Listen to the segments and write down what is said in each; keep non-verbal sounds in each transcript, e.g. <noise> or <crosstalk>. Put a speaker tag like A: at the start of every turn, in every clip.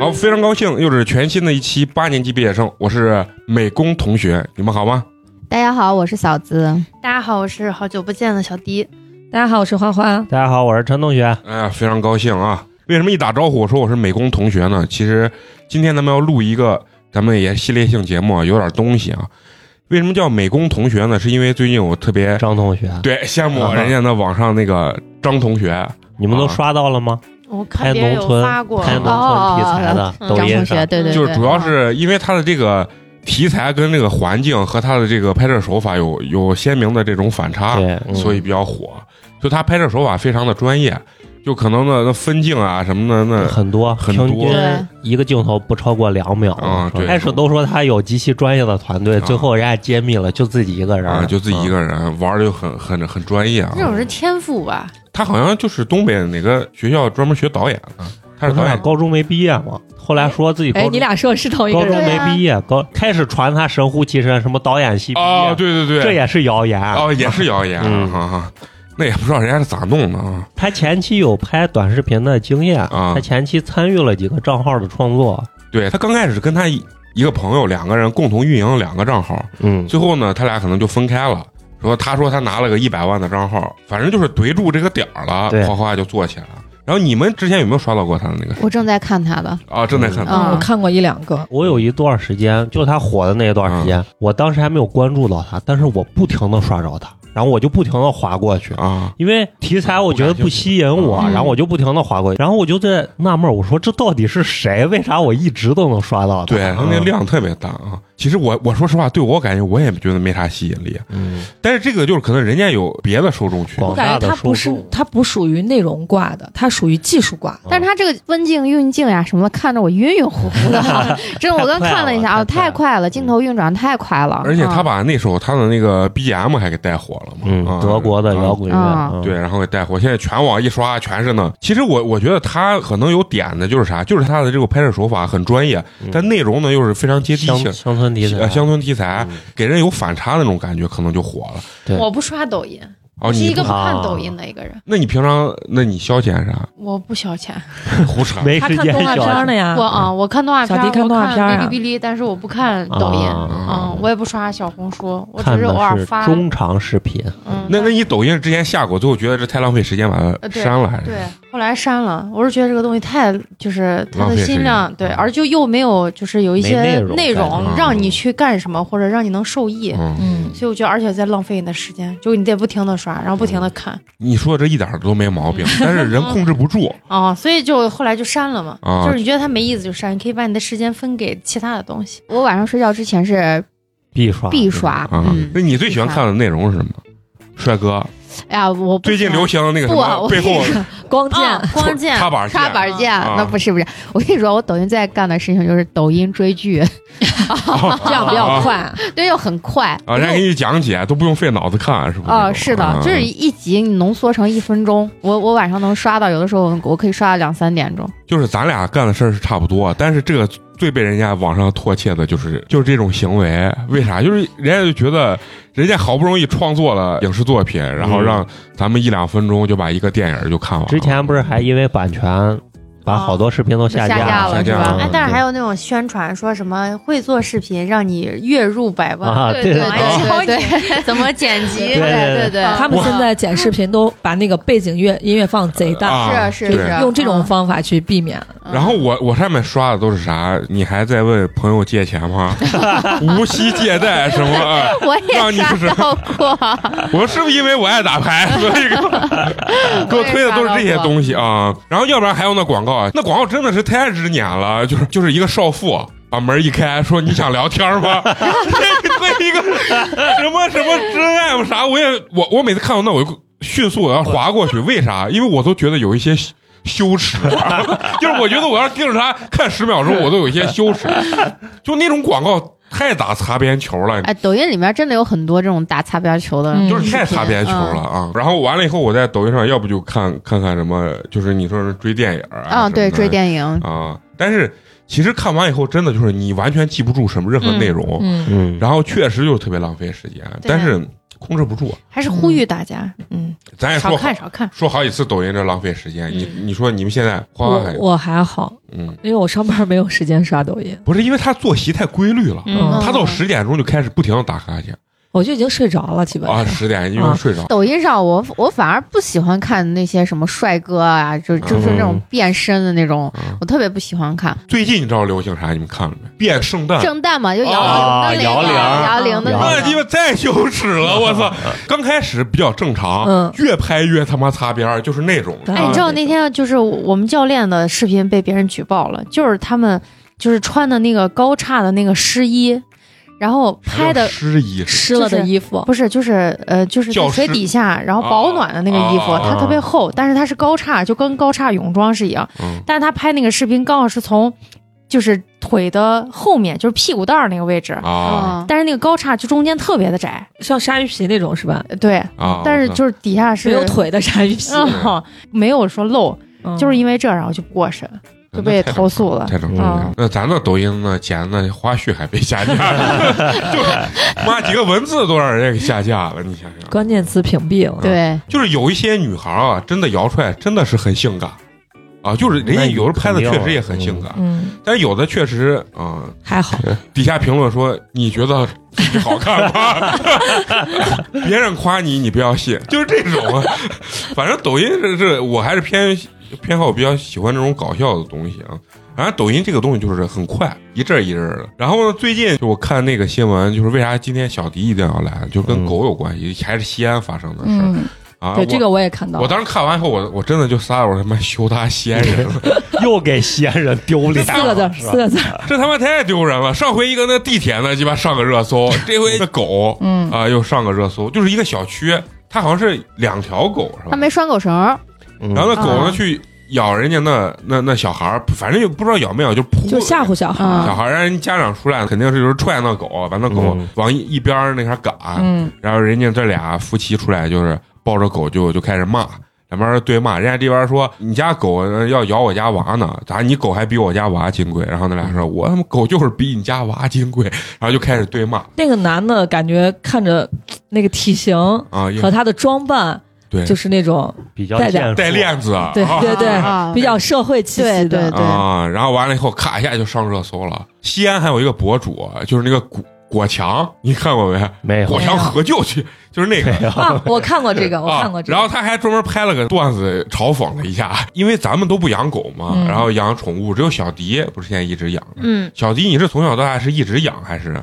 A: 好，非常高兴，又是全新的一期八年级毕业生，我是美工同学，你们好吗？
B: 大家好，我是小资。
C: 大家好，我是好久不见的小迪。
D: 大家好，我是欢欢。
E: 大家好，我是陈同学。
A: 哎呀，非常高兴啊！为什么一打招呼我说我是美工同学呢？其实今天咱们要录一个，咱们也系列性节目，啊，有点东西啊。为什么叫美工同学呢？是因为最近我特别
E: 张同学，
A: 对羡慕人家那网上那个张同学，啊
E: 你们都刷到了吗？
C: 我看
E: 拍
C: 别人
E: 农
C: 有
E: 村
C: 发过，
E: 拍农
B: 哦
E: 村题材的
C: 嗯
E: 抖
B: 张
E: 音
B: 同
E: 上
B: 学，，对对对，
A: 就是主要是因为他的这个题材跟这个环境和他的这个拍摄手法有有鲜明的这种反差。
E: 对，嗯
A: 啊所以比较火。就他拍摄手法非常的专业，就可能呢那分镜啊什么的那
E: 很多
A: 很
E: 平
A: 多
E: 均
B: 对
E: 一个镜头不超过两秒。
A: 啊对
E: 开始都说他有极其专业的团队，
A: 啊
E: 最后人家揭秘了，就自己一个人
A: 啊就自己一
E: 人。
A: 个人玩的就很很很专业啊
C: 这。种是天赋吧？
A: 他好像就是东北哪个学校专门学导演的，他是
E: 他
A: 导
E: 俩
A: 演。
E: 高中没毕业嘛，后来说自己高
D: 哎，
E: 中
D: 你俩说的是同一
E: 高
D: 个
E: 中
D: 人？
E: 没毕业，高开始传他神乎其神，什么导演系毕
A: 哦，
E: 业，
A: 对对对，
E: 这也是谣言。
A: 哦也是谣言
E: 嗯
A: 哈哈。那也不知道人家是咋弄的啊
E: 他前期有拍短视频的经验，
A: 啊
E: 他！前期参与了几个账号的创作，
A: 对他刚开始跟他一一个朋友两个人共同运营两个账号，
E: 嗯，
A: 最后呢他俩可能就分开了。说他说他拿了个一百万的账号，反正就是怼住这个点儿了
E: 对，
A: 哗哗就做起来了。然后你们之前有没有刷到过他的那个
B: 我正在看他的，
A: 啊，正在看到
B: 嗯
D: 我看过一两个，
E: 我有一段时间，就是他火的那一段时
A: 嗯
E: 间，我当时还没有关注到他，但是我不停的刷着他，然后我就不停的划过去，
A: 啊，
E: 因为题材我觉得不吸引我，
B: 嗯
E: 然后我就不停的划过去，然后我就在纳闷儿，我说这到底是谁？为啥我一直都能刷到他？
A: 对，他那
E: 嗯，
A: 量特别大啊。其实我我说实话，对我感觉我也觉得没啥吸引力，
E: 嗯，
A: 但是这个就是可能人家有别的受众群
E: 广
D: 我感觉他不是
E: 广大的受众
D: 他不属于内容挂的，他属于技术挂。
A: 嗯
B: 但是他这个分镜、运镜呀什么的，看着我晕晕乎乎的。真的，我刚看了一下，哦，太
E: 太快了
B: 快了，镜头运转太快了。
A: 而且他
B: 嗯
A: 把那时候他的那个 BGM 还给带火了嘛，
E: 嗯，
A: 啊
E: 德国的摇滚
B: 啊
E: 乐，嗯
A: 对，，然后给带火，现在全网一刷全是呢。其实我我觉得他可能有点的就是啥，就是他的这个拍摄手法很专业，
E: 嗯
A: 但内容呢又是非常接地
E: 乡
A: 气。
E: 乡村题材
A: 呃，乡村题材
E: 嗯
A: 给人有反差的那种感觉，可能就火了。
E: 对
C: 我不刷抖音，
A: 哦，
C: 我是一
A: 你
C: 个
A: 不
C: 不
E: 啊
C: 看抖音的一个人，
A: 那你平常那你消遣
B: <laughs>
A: 啥？
C: 我不消遣。
A: 胡扯
E: 没
D: 他
E: 时
D: 看
E: 间
D: 动画片
E: 小
D: 儿的呀
C: <laughs> 我，啊，我看动画片，
D: 小迪看
C: 我
D: 动画片啊
C: 哔哩哔哩，但是我不看抖音。
E: 啊
C: 嗯，我也不刷小红书，我只
E: 看
C: 是偶
E: 的
C: 尔
E: 是
C: 发。
E: 中长视频，
C: 嗯，
A: 那那你抖音之前下过，最后觉得这太浪费时间，把它
C: 呃对
A: 删了还是？
C: 对，后来删了。我是觉得这个东西太就是它
A: 浪费
C: 的
A: 时间
C: 心量，对，而就又没有就是有一些
E: 嗯没内容
C: 内容
A: 嗯
C: 让你去干什么，或者让你能受益。
A: 嗯，
D: 嗯，
C: 所以我觉得，而且在浪费你的时间，就你得不停的刷，然后不停
E: 嗯
C: 的看
A: 你说的这一点儿都没毛病，但是人控制不
B: <laughs>
A: 住
C: 啊、所以就后来就删了嘛。
A: 啊
C: 就是你觉得它没意思就删，你可以把你的时间分给其他的东西。
B: 我晚上睡觉之前是
E: 必刷
B: 必刷。
A: 啊
B: 嗯。，
A: 那你最喜欢看的内容是什么？帅哥，
B: 哎呀，我不
A: 最近
B: 喜欢
A: 流行那个什
B: 不啊
A: 么
B: 我
A: 背后
D: 光
C: 啊
A: <laughs>
C: 光剑
A: 插板
B: 刷板儿剑，
A: 啊
B: 那不是不是。我跟你说，我抖音最爱干的事情就是抖音追剧，
D: 这样比较快。
B: 对，又很快。
A: 啊，人家给你讲解都不用费脑子看，是啊不？
B: 哦，是的，就是一集你浓缩成一分钟，我我晚上能刷到，有的时候我可以刷到两三点钟。
A: 就是咱俩干的事儿是差不多，但是这个最被人家网上唾弃的就是就是这种行为，为啥？就是人家就觉得人家好不容易创作了影视作品，然后
E: 嗯
A: 让咱们一两分钟就把一个电影儿就看完了。
E: 之前不是还因为版权，把好多视频都
B: 下
E: 下架
B: 架了
A: 是吧
E: 嗯
C: 哎，但是还有那种宣传说什么会做视频让你月入百万，
E: 啊，
B: 对
E: 对
C: 哎
B: 对对对
C: 怎么剪
B: 对
C: 辑？
B: 对对，
D: 他们现在剪视频都把那个背景乐音乐放贼大，
A: 啊
B: 是
D: 就是
A: 对
B: 是嗯
D: 用这种方法去避免。
A: 然 <laughs> 后我我上面刷的都是啥？你还在问朋友借钱吗？ <laughs> 无息借贷什么？啊
B: 我
A: 让你
B: 也
A: 就是
B: 刷到过，
A: <laughs> 我说是不是因为我爱打牌，所以给我给我推的都是这些东西啊？然后要不然还有那广告啊，那广告真的是太值撵了，就是就是一个少妇。啊把门一开，说你想聊天吗？这推一个什么什么真爱吗？啥？我也我我每次看到那我就迅速我要划过去，为啥？因为我都觉得有一些羞羞耻， <laughs> 就是我觉得我要盯着他看十秒钟，我都有一些羞耻，就那种广告太打擦边球了，
B: 哎，抖音里面真的有很多这种打擦边球的，嗯
D: 嗯
A: 就是太擦边球了啊！然后完了以后，我在抖音上要不就看看看什么，就是你说是追电影儿啊，
B: 啊，对，追电影
A: 影啊。但是其实看完以后，真的就是你完全记不住什么任何内容，
D: 嗯，
E: 嗯，
A: 然后确实就是特别浪费时间，
C: 对
A: 但是控制不住。
C: 还是呼吁大家，嗯，
A: 咱也
C: 少
A: 哎说
C: 看少看。
A: 说好几次抖音这浪费时间，你
C: 嗯
A: 你说你们现在花花
D: 我
A: 还
D: 我还好，
A: 嗯，
D: 因为我上班没有时间刷抖音，
A: 不是因为他作息太规律了，
D: 嗯
A: 他到十点钟就开始不停的打哈欠
D: 我就已经睡着了，基本
A: 啊，
D: 上。
A: 十点因为
D: 啊
A: 睡着。
B: 抖音上我我反而不喜欢看那些什么帅哥啊，就就是那种
E: 嗯
B: 变身的那种，
A: 嗯
B: 我特别不喜欢看。
A: 最近你知道流行啥？你们看了没？变圣诞
B: 圣诞嘛，就摇
E: 啊
B: 铃的那个，
E: 摇
B: 摇铃的
E: 摇
B: 那
A: 那鸡
B: 个。
A: 巴太羞耻了！我操， <laughs> 刚开始比较正常，
D: 嗯
A: 越拍越他妈擦边儿，就是那种。
D: 哎
C: 哎，你知道
D: 啊
C: 那天就是我们教练的视频被别人举报了，就是他们就是穿的那个高叉的那个湿衣，然后拍的
A: 失仪
D: 湿了的衣服，
C: 不是就是呃就是
A: 教
C: 在
A: 师
C: 水底下，然后保暖的那个衣服，
A: 啊啊
E: 啊
C: 它特别厚，但是它是高叉，就跟高叉泳装是一样。
A: 嗯
C: 但是他拍那个视频刚好是从就是腿的后面，就是屁股蛋儿那个位置，
A: 啊
B: 嗯
C: 但是那个高叉就中间特别的窄，
D: 像鲨鱼皮那种是吧？
C: 呃对，
A: 啊！
C: 但是就是底下是 <laughs>
D: 没有。腿的鲨鱼皮，
C: 嗯，没有说漏，
D: 嗯
C: 就是因为这，然后就不过审，
A: 我操
C: 就被投诉了
A: 太正常了
C: 嗯。
A: 那咱的抖音呢，剪的花絮还被下架
C: <laughs>
A: 了，就是妈几个文字都让人家给下架了，你想想。
D: 关键词屏蔽了。
B: 对，
A: 就是有一些女孩儿啊，真的摇出来真的是很性感啊，就是人家有的拍的确实也很性感，
D: 嗯，
A: 但是有的确实啊、
D: 还好，
A: 底下评论说你觉得自己好看吗？ <laughs> 别人夸你，你不要信，就是这种啊。反正抖音是是，我还是偏偏好比较喜欢这种搞笑的东西啊。反正抖音这个东西就是很快，一阵儿一阵儿的。然后呢，最近就我看那个新闻，就是为啥今天小迪一定要来，就跟
E: 嗯
A: 狗有关系，还是西安发生的事儿、
D: 嗯，
A: 啊。
D: 对
A: 我
D: 这个我也看到
A: 我
D: 了，
A: 当时看完以后，我我真的就撒了，我他妈羞他西安人
D: <laughs>
A: 了，
E: 又给西安人丢脸
D: 四个字儿，
E: 是吧
D: 四个字儿，
A: 这他妈太丢人了。上回一个那地铁呢，鸡巴上个热搜，这回那狗
D: 嗯
A: 啊、又上个热搜，就是一个小区，它好像是两条狗是
B: 他
A: 吧？
B: 没哎拴狗绳儿，
E: 嗯
A: 然后那狗呢、
D: 啊
A: 去咬人家那那那小孩儿，反正也不知道咬没咬，就扑
D: 就吓唬小孩儿。
A: 小孩儿，让人家长出来肯定是就是踹那狗，把那狗
E: 嗯
A: 往一一边儿那啥赶，
D: 嗯，
A: 然后人家这俩夫妻出来就是抱着狗就就开始骂，两边儿对骂，人家这边儿说你家狗呃要咬我家娃呢，咋你狗还比我家娃金贵？然后那俩说我他妈狗就是比你家娃金贵，然后就开始对骂
D: 那个男的感觉看着那个体型
A: 啊，也
D: 和他的装扮，
A: 对
D: 就是那种
E: 比较
D: 带
E: 健
D: 点
E: 硕
A: 带链子，
D: 对
A: 啊
D: 对对
B: 啊
D: 比较社会气息
B: 对
D: <laughs> 的
B: 对。
A: 啊，然后完了以后咔一下就上热搜了。西安还有一个博主，就是那个果果强，你看过没？
E: 没有
A: 果强合旧去，就是那个。
D: <laughs> 啊，我看过这个，我
A: 啊
D: 看过，这个。
A: 然后他还专门拍了个段子嘲讽了一下，因为咱们都不养狗嘛，
D: 嗯
A: 然后养宠物，只有小迪不是现在一直养着。
C: 嗯，
A: 小迪，你是从小到大是一直养还是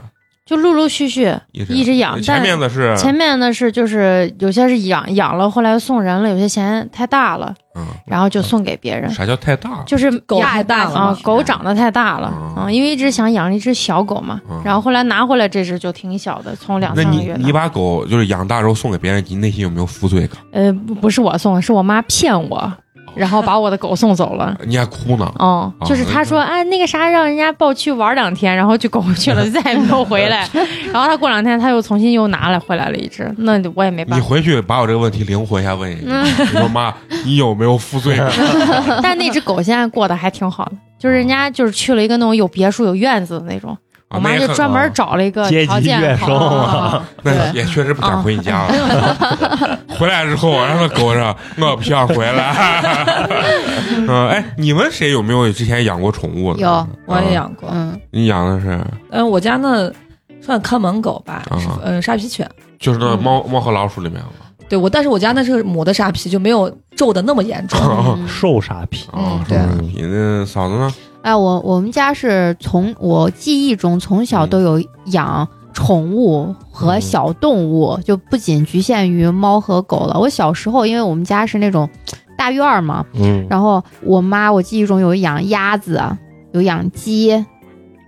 C: 就陆陆续续
A: 一直
C: 一直养，
A: 前
C: 但
A: 面的是
C: 前面的是就是有些是养养了，后来送人了，有些嫌太大了，
A: 嗯，
C: 然后就送给别人，
A: 啥叫太大？
C: 就是
D: 狗
C: 压
D: 太大了
C: 啊
D: 嘛，
C: 狗长得太大了
A: 嗯
C: 啊，因为一直想养一只小狗嘛
A: 嗯，
C: 然后后来拿回来这只就挺小的，从两
A: 那
C: 三个
A: 你
C: 月
A: 你
C: 大。
A: 把狗就是养大之后送给别人，你内心有没有负罪感？
C: 呃，不不是我送的，是我妈骗
A: 哦
C: 我，然后把我的狗送
A: <laughs>
C: 走了。
A: 你还哭呢？
C: 哦，
A: 啊
C: 就是她说，哎，那个啥，让人家抱去玩两天，然后就狗去
A: <laughs>
C: 了，再也没有回来。然后她过两天，她又重新又拿了回来了一只，那我也没办
A: 你
C: 法。
A: 回去把我这个问题灵魂一下问一下，你说妈，你有没有负罪感？
C: 但那只狗现在过得还挺好的，就是人家就是去了一个那种有别墅、有院子的那种，
A: 啊
C: 我
A: 那
C: 妈
A: 也
C: 就
A: 很
C: 专门找了一个
E: 阶级
C: 条件
E: 跃
C: 好啊
E: 升
C: 的
A: 啊
E: 嘛
A: 那也确实不想回你家了。 <laughs> 回来之后，然后那狗说：“我不想回来。” <laughs> 嗯，哎，你们谁有没有之前养过宠物呢？
B: 有
D: 我也
A: 啊。
D: 养过，
A: <laughs>
B: 嗯，
A: 你养的是
D: 嗯，我家那算看门狗吧
A: 啊，
D: 是嗯，沙皮犬。
A: 就是那猫猫和老鼠里面啊吗？
D: 对我，但是我家那是母的沙皮，就没有皱的那么严重。
B: 嗯
E: 瘦傻皮，
A: 啊
D: 嗯，
A: 是吧你那嫂子呢？
B: 哎，我我们家是从我记忆中从小都有养宠物和小动物，就不仅局限于猫和狗了。我小时候，因为我们家是那种大院儿嘛，
E: 嗯，
B: 然后我妈我记忆中有养鸭子，有养鸡，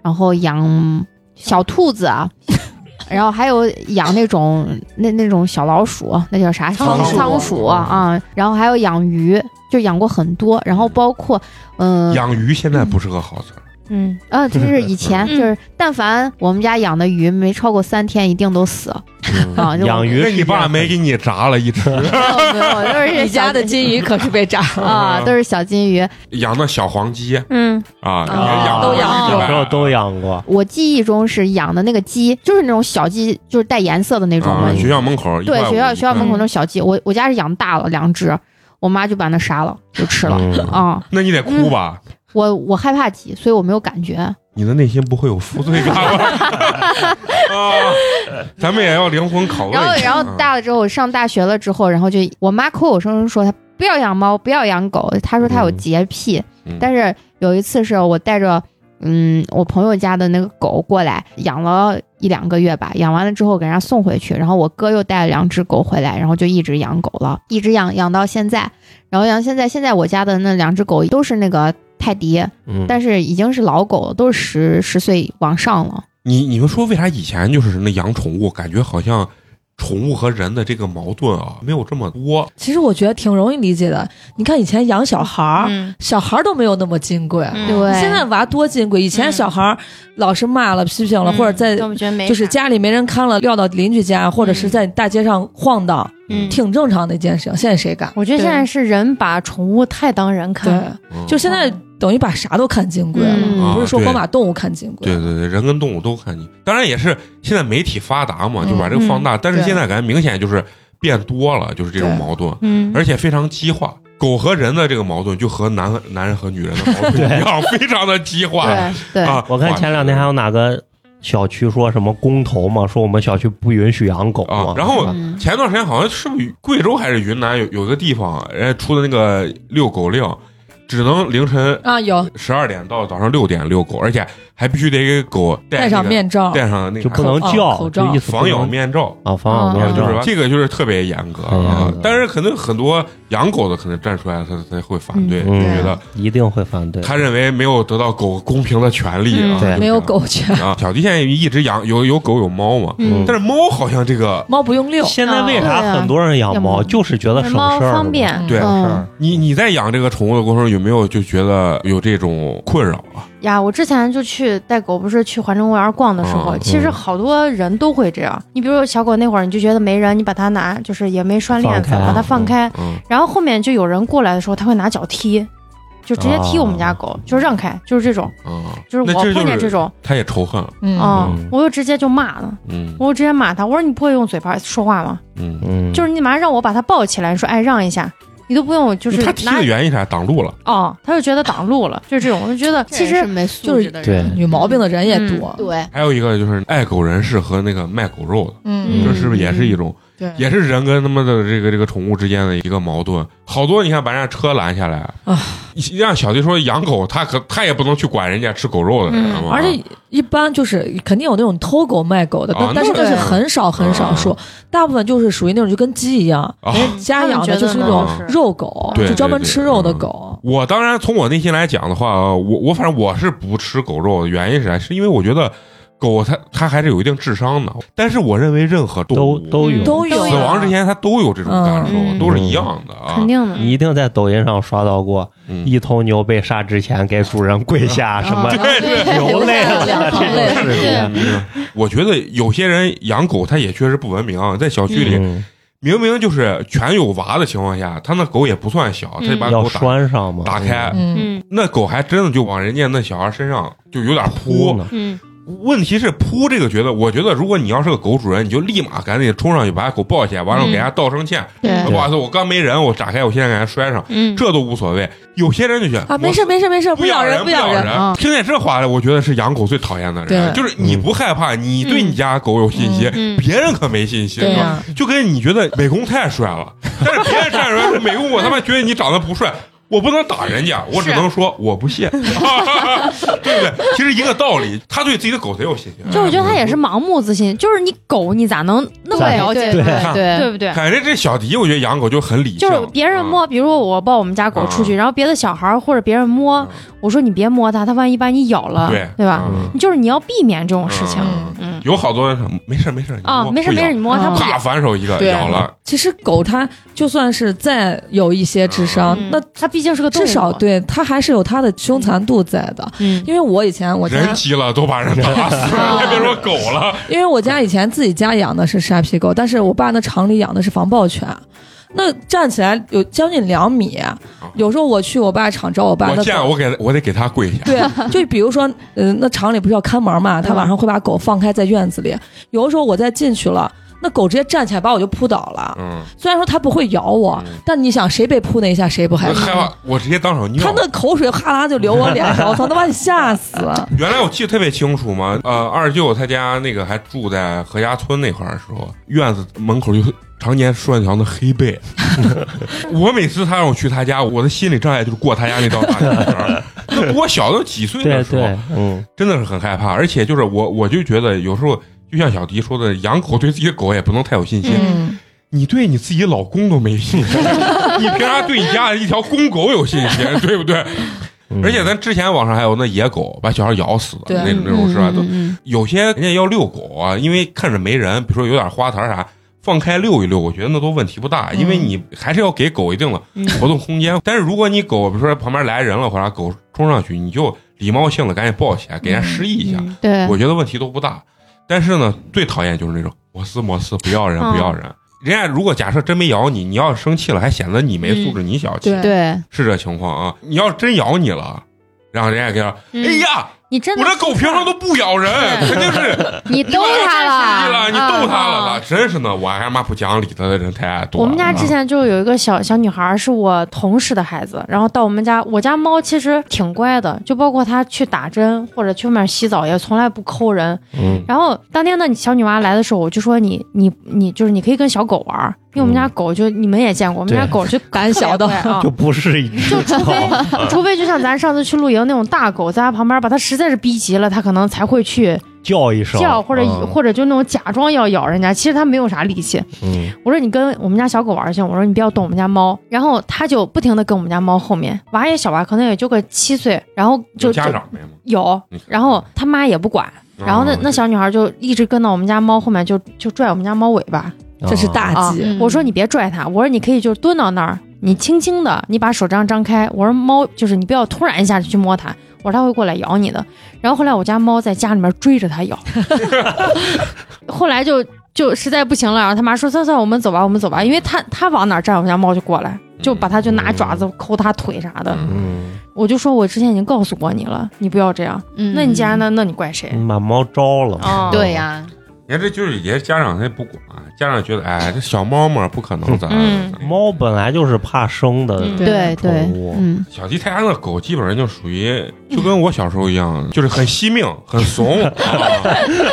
B: 然后养小兔子。啊 <laughs> 然后还有养那种那那种小老鼠，那叫啥？
D: 仓
B: 小
D: 鼠
B: 仓鼠啊、然后还有养鱼，就养过很多。然后包括嗯、
A: 养鱼现在不是个好词儿，
C: 嗯，
B: 嗯，这是以前，
C: 嗯
B: 就是但凡我们家养的鱼没超过三天，一定都死啊。就
E: 养鱼
A: 那
E: 是
A: 哎你
E: 一
A: 爸
E: 样
A: 没给你炸了一只，
B: 没有没有，都是
D: <laughs> 你家的
B: 小
D: 金鱼可是被炸了， <laughs>
B: 啊，都是小金鱼。
A: 养的小黄鸡
C: 嗯，
A: 啊，
D: 啊
A: 也养过
D: 都养
A: 一啊
E: 小时候
A: 百
E: 都养过，
B: 我记忆中是养的那个鸡，就是那种小鸡，就是带颜色的那种嘛
A: 啊，。学校门口
B: 对，学校学校门口那
A: 那，
B: 种小鸡，我我家是养大了两只，我妈就把那杀了，就吃了
E: 嗯
B: 啊。
A: 那你得哭吧？
B: 我我害怕鸡，所以我没有感觉。
A: 你的内心不会有负罪感
B: <laughs>
A: 吧？啊，咱们也要灵魂拷问一
B: 然后
A: 下。啊
B: 然后大了之后，上大学了之后，然后就我妈口口声声说她不要养猫，不要养狗，她说她有
E: 嗯
B: 洁癖。
A: 嗯
B: 但是有一次是我带着嗯我朋友家的那个狗过来，养了一两个月吧，养完了之后给人家送回去，然后我哥又带了两只狗回来，然后就一直养狗了，一直养养到现在，然后养现在现在我家的那两只狗都是那个泰迪，
E: 嗯，
B: 但是已经是老狗了，都是十十岁往上了。
A: 你你们说为啥以前就是那养宠物，感觉好像宠物和人的这个矛盾啊没有这么多？
D: 其实我觉得挺容易理解的。你看以前养小孩儿，
C: 嗯，
D: 小孩儿都没有那么金贵，
C: 嗯
B: 对，
D: 现在娃多金贵。以前
C: 嗯
D: 小孩儿老是骂了、批
E: 嗯
D: 评了，或者在
C: 我觉得没
D: 就是
C: 啥，
D: 家里没人看了，撂到邻居家，或者是在大街上晃荡，
C: 嗯，哦
D: 挺正常的一件事情。现在谁敢？
C: 我觉得现在是人把宠物太当人看
D: 对
C: 了，，
A: 嗯
D: 就现在等于把啥都看金贵了，
B: 嗯
A: 啊
D: 不是说
A: 对
D: 光把动物看金贵
A: 对。对对，人跟动物都看你，当然也是现在媒体发达嘛，就把这个放
B: 嗯
A: 大。但是
D: 对
A: 现在感觉明显就是变多了，就是这种矛盾，
C: 嗯，
A: 而且非常激化。狗和人的这个矛盾就和男男人和女人的矛盾一样，非常的激化
B: 对对
A: 啊！
E: 我看前两天还有哪个小区说什么公投嘛，说我们小区不允许养狗
A: 啊
E: 嘛，，
A: 然后
B: 嗯
A: 前段时间好像是不是贵州还是云南有有个地方，人家出的那个遛狗令，只能凌晨
D: 啊，有
A: 十二点到早上六点遛狗，而且还必须得给狗戴那
D: 戴
A: 个
D: 上面罩，
A: 戴上那
E: 就
A: 个
E: 不能
D: 口
E: 叫，
D: 口罩
E: 就意思不
A: 防咬
E: 能
A: 面罩。
E: 啊，防咬
A: 啊，
E: 面
A: 就是
E: 罩
A: 吧，这个就是特别严格
E: 嗯
A: 啊，但是可能很多养狗的可能站出来，他他会反对，就
E: 嗯
A: 觉得
E: 一定会反对。
A: 他认为没有得到狗公平的权利啊
C: 嗯，
E: 对
A: 就
D: 没有
A: 是
D: 狗权，
A: 啊。小弟现在一直养有有狗有猫嘛，
E: 嗯
A: 但是猫好像这个
D: 猫不用遛。
E: 现在为
B: 对
C: 哦
E: 啥
B: 啊
E: 很多人养
B: 养猫
E: 猫，就是觉得省事
C: 猫
E: 儿，
C: 方便，
A: 对啊，
B: 嗯
E: 省事儿
A: 你你在养这个宠物的过程中有没有就觉得有这种困扰啊？
C: 呀，我之前就去带狗，不是去环城公园逛的时候，
A: 嗯
C: 其实好多人都会这样。你比如说小狗那会儿，你就觉得没人，你把它拿，就是也没拴链子，
E: 放开
C: 把它放开。
A: 嗯，
C: 然后后面就有人过来的时候，他会拿脚踢，就直接踢我们
E: 啊
C: 家狗，就让开，就是这种，
A: 嗯啊，
C: 就是
A: 那
C: 我
A: 这
C: 碰见
A: 就
C: 这
A: 是
C: 种，
A: 他也仇恨了，
D: 嗯，
C: 啊，
E: 嗯
C: 我就直接就骂了，
A: 嗯
C: 我就直接骂他，我说你不会用嘴巴说话吗？
A: 嗯，
E: 嗯，
C: 就是你马上让我把它抱起来，你说哎让一下。你都不用，就是
A: 他踢
C: 拿
A: 的原因是啥？挡路了，
C: 哦，他就觉得挡路了，就是这种，我就觉得其
B: 其实
C: 实
B: 没素质的
A: 嗯
E: 对
B: 人，
D: 女毛病的人也
C: 嗯
D: 多。
B: 对，
A: 还有一个就是爱狗人士和那个卖狗肉的。
D: 嗯
A: 这是不是也是一种，
C: 嗯
D: 对
A: 也是人跟他们的这个这个宠物之间的一个矛盾？好多你看把人家车拦下来，
D: 啊
A: 你让小弟说养狗，他可他也不能去管人家吃狗肉的人
C: 嗯
A: 嘛，
D: 而且一般就是肯定有那种偷狗卖狗的，但、
A: 啊
D: 但是
A: 那
D: 那是
C: 对
D: 很少很少数，大部分就是属于那种就跟鸡一样，
A: 啊
D: 人家养的就是那种
A: 他们觉得呢
C: 肉。
D: 肉狗，
A: 对
D: 就专门
A: 对对
D: 吃肉的
A: 嗯
D: 狗。
A: 我当然从我内心来讲的话，我我反正我是不吃狗肉，原因是啥？是因为我觉得狗它它还是有一定智商的，但是我认为任何动
E: 都
A: 物
E: 都
C: 嗯
E: 有，
D: 都有
A: 死亡之前它都有这种感受，
C: 嗯
A: 都是一样的啊
C: 肯。定的，
E: 你一定在抖音上刷到过，
A: 嗯
E: 一头牛被杀之前给主人跪
C: 嗯
E: 下什么
C: 哦
D: 啊
A: 对对
E: 流泪了
D: 两
E: 这
D: 行泪
E: 种视频。
A: 嗯我觉得有些人养狗，他也确实不文明啊。在小区里，
E: 嗯，
A: 明明就是全有娃的情况下，他那狗也不算小，他就把
E: 要
A: 狗打
E: 拴上嘛，
A: 打开，
D: 嗯，
C: 嗯
A: 那狗还真的就往人家那小孩身上就有点
E: 哭
A: 扑。
E: 呢。
C: 嗯
A: 问题是扑这个觉得，我觉得如果你要是个狗主人，你就立马赶紧冲上去把狗抱起来，完了
C: 嗯
A: 给人家道声歉。
C: 对
A: 不好意思，我刚没人，我打开，我现在给人家摔上，
C: 嗯，
A: 这都无所谓。有些人就觉得
D: 啊，没事。没事没事，
A: 我不
D: 咬
A: 人，
D: 不
A: 咬
D: 咬人。
C: 嗯
B: 啊
A: 听见这话来，我觉得是养狗最讨厌的人，
D: 对
A: 就是你不害怕，你对你家狗有信心，
C: 嗯嗯
A: 别人可没信心。
D: 对
A: 是吧
D: 呀
A: 就跟你觉得美工太帅
C: <laughs>
A: 了，但是别人站出来说美工，我他妈觉得你长得不帅。我不能打人
C: 啊
A: 家，我只能说我不
C: <laughs>
A: 屑，对不对？其实一个道理，他对自己的狗贼有信心。
C: 就我觉得他也是盲目自信，就是你狗你咋能那么
E: 对
C: 了解
B: 对
C: 呢？
A: 对
B: 对
C: 对不对？
A: 感觉这小迪，我觉得养狗就很理性，
C: 就是别
A: 啊
C: 人摸，比如说我抱我们家狗出去，然后别的小孩儿或者别人摸
A: 嗯，
C: 我说你别摸它，它万一把你咬
A: 啊
C: 了，
A: 对
C: 对吧？
A: 嗯
C: 就是你要避免这种事情。
D: 啊
A: 嗯
C: 嗯
A: 有好多人说没事儿没事儿你
C: 啊，
A: 摸
C: 没事
A: 不
C: 没事，
A: 咬
C: 你摸它
D: 嗯
C: 不
A: 啪
C: 咬。
A: 反手一个
D: 对
A: 咬了，
D: 其实狗它就算是再有一些智商
C: 嗯，
D: 啊那
C: 它毕毕竟是个动物
D: 至
C: 嘛，
D: 少对他还是有他的凶残度在的。
B: 嗯
D: 因为我以前我
A: 人
D: 家，啊
A: 急了都把人打
D: <laughs>
A: 死了，还别说狗了。
D: 因为我家以前自己家养的是沙皮狗，但是我爸那厂里养的是防暴犬，那站起来有将近两米。有时候我去我爸厂找我爸，
A: 哦我
D: 那
A: 见
D: 狗
A: 我给我得给他跪下。
D: 对， <laughs> 就比如说，呃，那厂里不是要看门
A: 嗯
D: 嘛，他晚上会把狗放开在院子里。有的时候我再进去了，那狗直接站起来把我就扑倒了。
A: 嗯，
D: 虽然说它不会咬我，
A: 嗯
D: 但你想谁被扑那一下谁不害
A: <laughs> 我
D: 怕？
A: 害怕，我直接当场尿
D: 它。那口水哈啦就流我脸上，我操，能把你吓死！
A: 原来我记得特别清楚嘛，呃，二舅他家那个还住在何家村那块儿的时候，院子门口就常年拴一条那黑背。 <laughs> 我每次他让我去他家，我的心理障碍就是过他家那道大铁桥儿。那我小的几岁
E: 对
A: 的时候
E: 对，，嗯，
A: 真的是很害怕，而且就是我我就觉得有时候就像小迪说的，养狗对自己的狗也不能太有信心。
D: 嗯，
A: 你对你自己老公都没信心， <laughs> 你凭啥对你家的一条公狗有信心，对不对？
E: 嗯
A: 而且咱之前网上还有那野狗把小孩咬死
D: 对
A: 的那种那
B: 嗯
A: 种事吧？都有些人家要遛狗啊，因为看着没人，比如说有点花坛啥，放开遛一遛，我觉得那都问题不大，因为你还是要给狗一定的
B: 嗯
A: 活动空间。但是如果你狗，比如说旁边来人了或者啥狗冲上去，你就礼貌性的赶紧抱起来，给人家示意一下，
B: 嗯对，
A: 我觉得问题都不大。但是呢，最讨厌就是那种我撕我撕，不要人
B: 嗯
A: 不要人。人家如果假设真没咬你，你要是生气了，还显得你没素质，你小气，
D: 对
B: 对，
A: 是这情况啊。你要是真咬你了，然后人家给他，
B: 嗯
A: 哎呀，
C: 你真的
A: 我这狗平常都不咬人，肯定是
B: 你逗它
C: 啊
A: 你
B: 了，
A: 了，你逗它
B: 嗯
A: 了吧？真是呢，我还妈不讲理的人太多了。
C: 我们家之前就有一个小小女孩儿，是我同事的孩子，然后到我们家，我家猫其实挺乖的，就包括它去打针或者去外面洗澡，也从来不抠人。
E: 嗯
C: 然后当天呢，小女娃来的时候，我就说你你你就是你可以跟小狗玩儿，因为我
A: 嗯
C: 们家狗就、你们也见过，我们家
E: 对
C: 狗就
D: 胆小的
C: 特别乖啊
E: 就。不是一只
C: 就除非除非就像咱上次去露营那种大狗在它旁边，把它实在是逼急了，它可能才会去
E: 叫一声，
C: 叫或者、
E: 嗯
C: 或者就那种假装要咬人家，其实它没有啥力气。
E: 嗯
C: 我说你跟我们家小狗玩儿去，我说你不要动我们家猫。然后他就不停的跟我们家猫后面，娃也小吧，可能也就个七岁，然后就
A: 有家
C: 就
A: 长没吗？
C: 有，
A: 你看
C: 然后他妈也不管，然后那、
A: 嗯
C: 那小女孩就一直跟到我们家猫后面就，就拽我们家猫尾巴。
D: 这是
E: 啊
D: 大
C: 啊
D: 忌。
B: 嗯
C: 我说你别拽它，我说你可以就蹲到那儿，你轻轻的，你把手这样张开，我说猫就是你不要突然一下就去摸它，我说它会过来咬你的。然后后来我家猫在家里面追着它咬， <laughs> 后来就就实在不行了，然后他妈说算算我们走吧，我们走吧，因为它它往哪儿站，我们家猫就过来，就把它就拿爪子抠它腿啥的。
E: 嗯，
C: 我就说我之前已经告诉过你了，你不要这样。
B: 嗯
C: 那你既然呢，那你怪谁？
E: 你把猫招了
C: 嗯哦
B: 对呀，
A: 你看这就是也是家长他也不管，家长觉得哎这小猫嘛不可
C: <laughs>
A: 能咋咋
C: 嗯
A: 咋。
E: 猫本来就是怕生的，
C: 嗯
B: 对
E: 宠
B: 对，
E: 物
B: 嗯，
A: 小迪他家那狗基本上就属于就跟我小时候一样，就是很惜命、很
B: <laughs>
A: 怂，啊、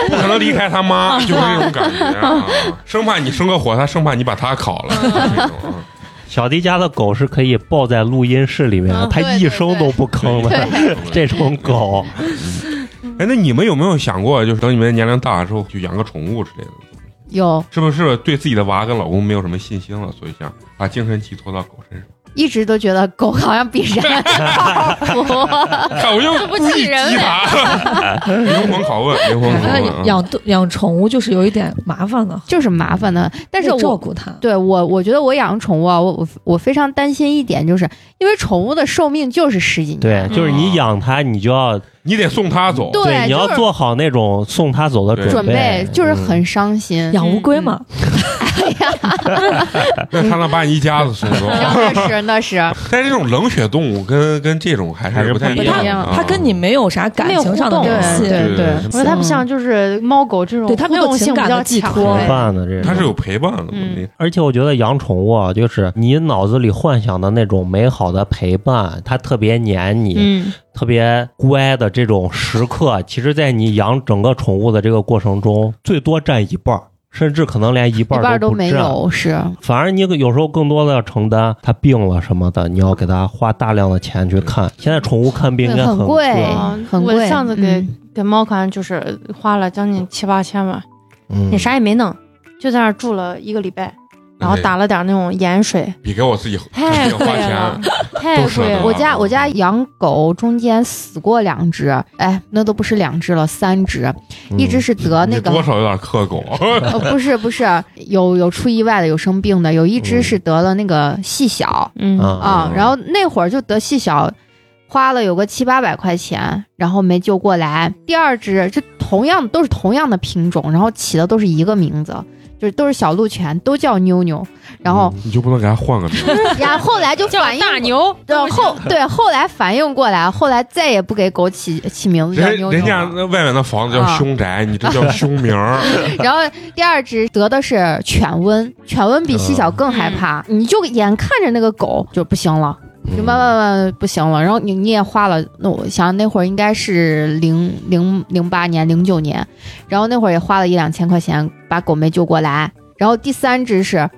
A: 不可能离开他妈，就是那种感觉、啊，生怕你生个火，他生怕你把他烤了，就是这种啊
E: 小迪家的狗是可以抱在录音室里面
C: 哦
E: 的，
B: 嗯
E: 它
B: 对
E: 一
B: 对
E: 声都不吭的。 <laughs> 这种狗，
A: 哎，那你们有没有想过，就是等你们年龄大了之后，就养个宠物之类的？
B: 有
A: 是不是对自己的娃跟老公没有什么信心了，所以想把精神寄托到狗身
B: <laughs>
A: 上？
B: 一直都觉得狗好像比人靠谱，
A: 看我就
B: 不
A: 故意
B: 气人
A: 激他， <laughs> 灵魂拷问，灵魂
D: 反
A: 拷
D: 正
A: 问
B: <laughs>
A: 啊。
D: 养动养宠物就是有一点麻烦的，
B: <laughs> 就是麻烦的。但是
D: 得照
B: 我
D: 顾它。
B: 对我，我觉得我养宠物啊，我我我非常担心一点，就是因为宠物的寿命就是十
A: 嗯
B: 几年，
E: 对，就是你养它，你就要
A: 你得送他走，
B: 对
E: 你
B: 就
E: 要
B: 是
E: 做好那种送它走的
A: 对
B: 准备
E: 备，
B: 就是
E: 嗯
B: 很伤心。嗯
D: 养乌龟嘛，
A: 那他能把你一家子送
B: <laughs>
A: 走。
B: 那嗯是那是，
A: 但是这种冷血动物跟跟这种还
E: 还
A: 是
E: 是
A: 不太
E: 不一
A: 样
D: 它
A: 的啊，
D: 它跟你没有啥感情上的
C: 没有互动
D: 联系，
A: 对嗯
B: 对
A: 对
C: 我说它不像就是猫狗这种
D: 对它
C: 互
D: 没有
C: 动性
D: 情
C: 比
D: 感的
C: 较
D: 寄
C: 强，
D: 托
E: 怎么
C: 对
E: 办呢？这
A: 它
E: 种
A: 是有陪伴的。
B: 嗯
A: 你
E: 而且我觉得养宠物啊，就是你脑子里幻想的那种美好的陪伴，它特别黏你，
C: 嗯，
E: 特别乖的这种时刻，其实，在你养整个宠物的这个过程中，最多占一半儿，甚至可能连一
B: 一
E: 半
B: 半
E: 儿
B: 儿都
E: 不
B: 没
E: 占。
B: 有，是
E: 反而你有时候更多的要承担它病了什么的，你要给它花大量的钱去看。现在宠物看病应该
B: 很
E: 贵，
B: 贵啊
C: 嗯
B: 很
C: 我
B: 贵。
C: 上次给
B: 嗯
C: 给猫看就是花了将近七八千吧，
E: 嗯
C: 你啥也没弄，就在那儿住了一个礼拜。然后打了点那种盐
D: <laughs>
C: 水，
A: 比给我自己
C: 太
A: 自己
C: 贵
A: 哎花
C: 了
A: 钱，，
C: 太
A: 都舍
C: 贵
A: 得
C: 了
B: 我。家我家养狗中间死过两只，哎，那都不是两只了，三只，
E: 嗯
B: 一只是得
A: 你
B: 那个
A: 多少有点克狗，
B: 呃，不是不是，有有出意外的，有生病的，有一只是得了那个细小
C: 嗯，
B: 啊，然后那会儿就得细小，花了有个七八百块钱，然后没救过来。第二只这同样都是同样的品种，然后起的都是一个名字，就是都是小鹿犬，都叫妞妞。然后，
A: 你就不能给它换个名字？
B: <laughs> 然后后来就
C: 叫
B: 反应
C: 大牛，
B: 对
D: 嗯
B: 后对后来反应过来，后来再也不给狗起起名字叫
A: 人
B: 妞
A: 人
B: 妞
A: 家
B: 了。
A: 那外面那房子叫凶宅，你这叫凶名儿。
C: 嗯
B: 然后第二只得的是犬瘟，犬瘟比细
A: 嗯
B: 小更
C: 嗯
B: 害怕，你就眼看着那个狗就不行了。
E: 嗯
B: 就慢
A: 嗯
B: 慢慢慢不行了，然后你你也花了，那我想那会儿应该是零零零八年、零九年，然后那会儿也花了一两千块钱把狗没救过来。然后第三只是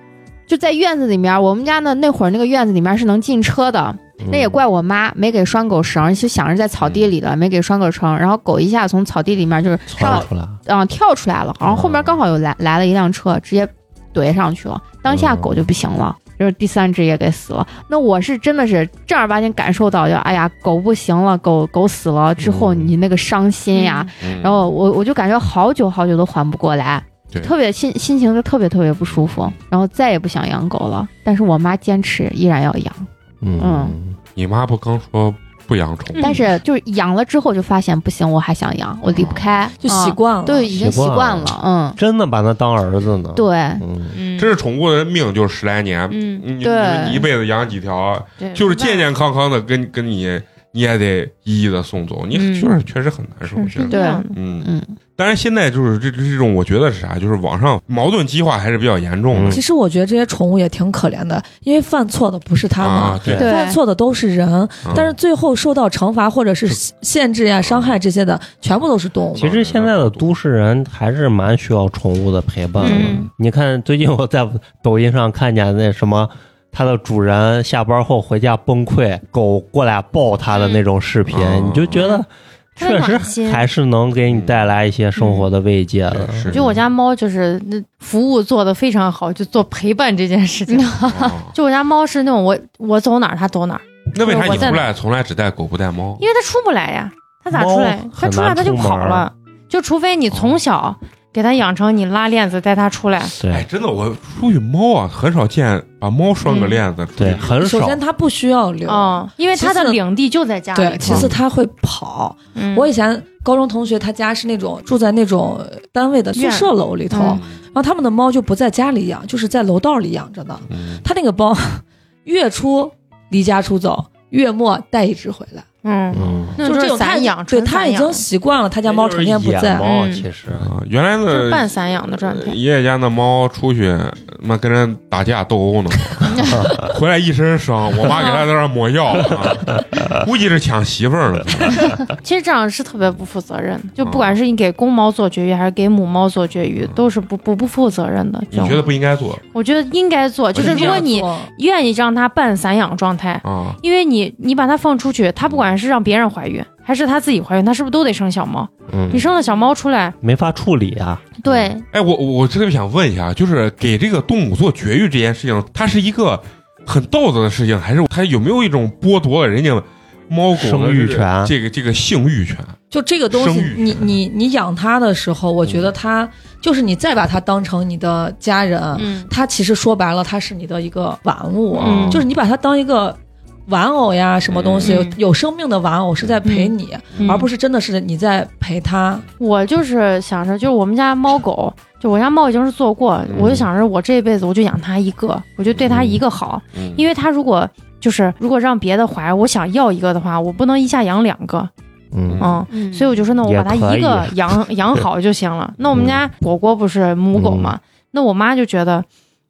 B: 就在院子里面，我们家呢那会儿那个院子里面是能进车的，那也怪我妈没给拴狗绳，就想着在草地
A: 嗯
B: 里了，没给拴狗绳，然后狗一下从草地里面就是上
E: 窜出来，
B: 嗯、跳出来了，然后后
A: 嗯
B: 面刚好有来来了一辆车，直接怼上去了，当下狗
A: 嗯
B: 就不行了。就是第三只也给死了，那我是真的是正儿八经感受到，就哎呀，狗不行了，狗狗死了之后，
E: 嗯
B: 你那个伤心呀，
A: 嗯
B: 然后我我就感觉好久好久都缓不过来
A: 对，
B: 特别心心情就特别特别不舒服，然后再也不想养狗了。但是我妈坚持依然要养，
E: 嗯，
A: 你妈不刚说不养宠物？
B: 但是
D: 嗯
B: 就是养了之后就发现不行，我还想养，我离不开，
D: 哦就习
B: 嗯
D: 惯了。
B: 对，已经
E: 习
B: 习
E: 惯
B: 惯
E: 了
B: 了，嗯，
E: 真的把他当儿子呢，，
B: 对，
E: 嗯，
C: 嗯
A: 真是宠物的命就是十来年，
C: 嗯，
A: 你你
B: 对
A: 你一辈子养几条，
C: 对
A: 就是健健康康的跟跟你，你也得一一的送走，你
C: 嗯
A: 确实确实很难受，我觉
C: 是
A: 得。
C: 这样的
A: 嗯，
B: 嗯。
A: 当然现在就是这这种，我觉得是啥，就是网上矛盾激化还是比较严重的
D: 其实我觉得这些宠物也挺可怜的，因为犯错的不是它们，
A: 啊，对，
B: 对
D: 犯错的都是人，
A: 嗯
D: 但是最后受到惩罚或者是限制呀、伤害这些的，全部都是动物。
E: 其实现在的都市人还是蛮需要宠物的陪伴的
C: 嗯。
E: 你看，最近我在抖音上看见那什么，它的主人下班后回家崩溃，狗过来抱它的那种视频，
A: 嗯
E: 你就觉得
C: 特别
E: 确
C: 暖
E: 实
C: 心
E: 还是能给你带来一些生活的慰藉的。
A: 是
C: 我觉得我家猫就是那服务做的非常好，就做陪伴这件事情。
D: 嗯
C: <laughs>
A: 啊
C: 就我家猫是那种我我走哪儿它走哪儿，
A: 那为啥你
C: 我在
A: 出来从来只带狗不带猫？
C: 因为它出不来呀，它咋出来
E: 猫？
C: 它
E: 很
C: 出来
E: 难
C: 它就
E: 出门
C: 跑了，就除非你从小给它养成你拉链子带它出来，
A: 哎，
E: 对
A: 真的，我出去猫啊，很少见把猫拴个链子。
E: 对，，很
D: 首
E: 少。
D: 先它不需要留，
C: 嗯，因为它
D: 其
C: 的
D: 次
C: 领地就在家里嘛。
D: 对，其次它会跑。
C: 嗯
D: 我以前高中同学他家是那种住在那种单位的宿舍楼里头，
C: 院嗯
D: 然后他们的猫就不在家里养，就是在楼道里养着呢。
A: 嗯，
D: 他那个猫 <laughs> 月初离家出走，月末带一只回来，
C: 嗯，
E: 嗯，
C: 那
D: 就
C: 种
D: 这
C: 就是
D: 种他
C: 散
D: 已
C: 养，
D: 对
C: 纯
D: 他
C: 散
D: 已
C: 养
D: 经习惯了，他家猫成天不
E: 就是野
D: 在。
E: 猫
C: 嗯
E: 其实
A: 啊原来
C: 就是
A: 的
C: 半散养的状态。
A: 爷爷家那猫出去，妈跟人打架斗殴呢， <laughs> 回来一身伤，我妈给它在那儿抹药、啊，估计是抢媳妇儿了。
C: 其实这样是特别不负责任的，就不管是你给公猫做绝育还是给母猫做绝育，都是不不不负责任的。
A: 你
C: 这种
A: 觉得不应该做
C: 我觉得应该做，就是如果你愿意让它半散养状态，
A: 啊？
C: 因为你你把它放出去，它不管是让别人怀孕还是它自己怀孕，它是不是都得生小猫？
E: 嗯
C: 你，生了小猫出来，
E: 没法处理啊。
C: 对，
A: 哎，我我特别想问一下，就是给这个动物做绝育这件事情，它是一个很道德的事情，还是它有没有一种剥夺了人家猫狗的
E: 生育权
A: 这个这个性欲权？
D: 就这个东西
A: 生育，
C: 嗯
D: 你你你养它的时候，我觉得它就是你再把它当成你的家人，
C: 嗯
D: 它其实说白了，它是你的一个玩物，
A: 嗯
D: 就是你把它当一个玩偶呀，什么东西、
C: 嗯
D: 有有生命的玩偶是在陪你，而不
C: 是
D: 是真的是你在陪它。
C: 我就是想着，就是我们家猫狗，就我家猫已经是做过，我就想着我这辈子我就养它一个，我就对它一个好，
A: 嗯
C: 因为它如果就是如果让别的怀，我想要一个的话，我不能一下养两个，
E: 嗯
C: 嗯，
B: 嗯
C: 所以我就说，那我
E: 也
C: 把它
E: 可
C: 一
E: 以 <laughs> 嗯
C: 个养养好就行了。那我们家果果不是母狗嘛，那我妈就觉得，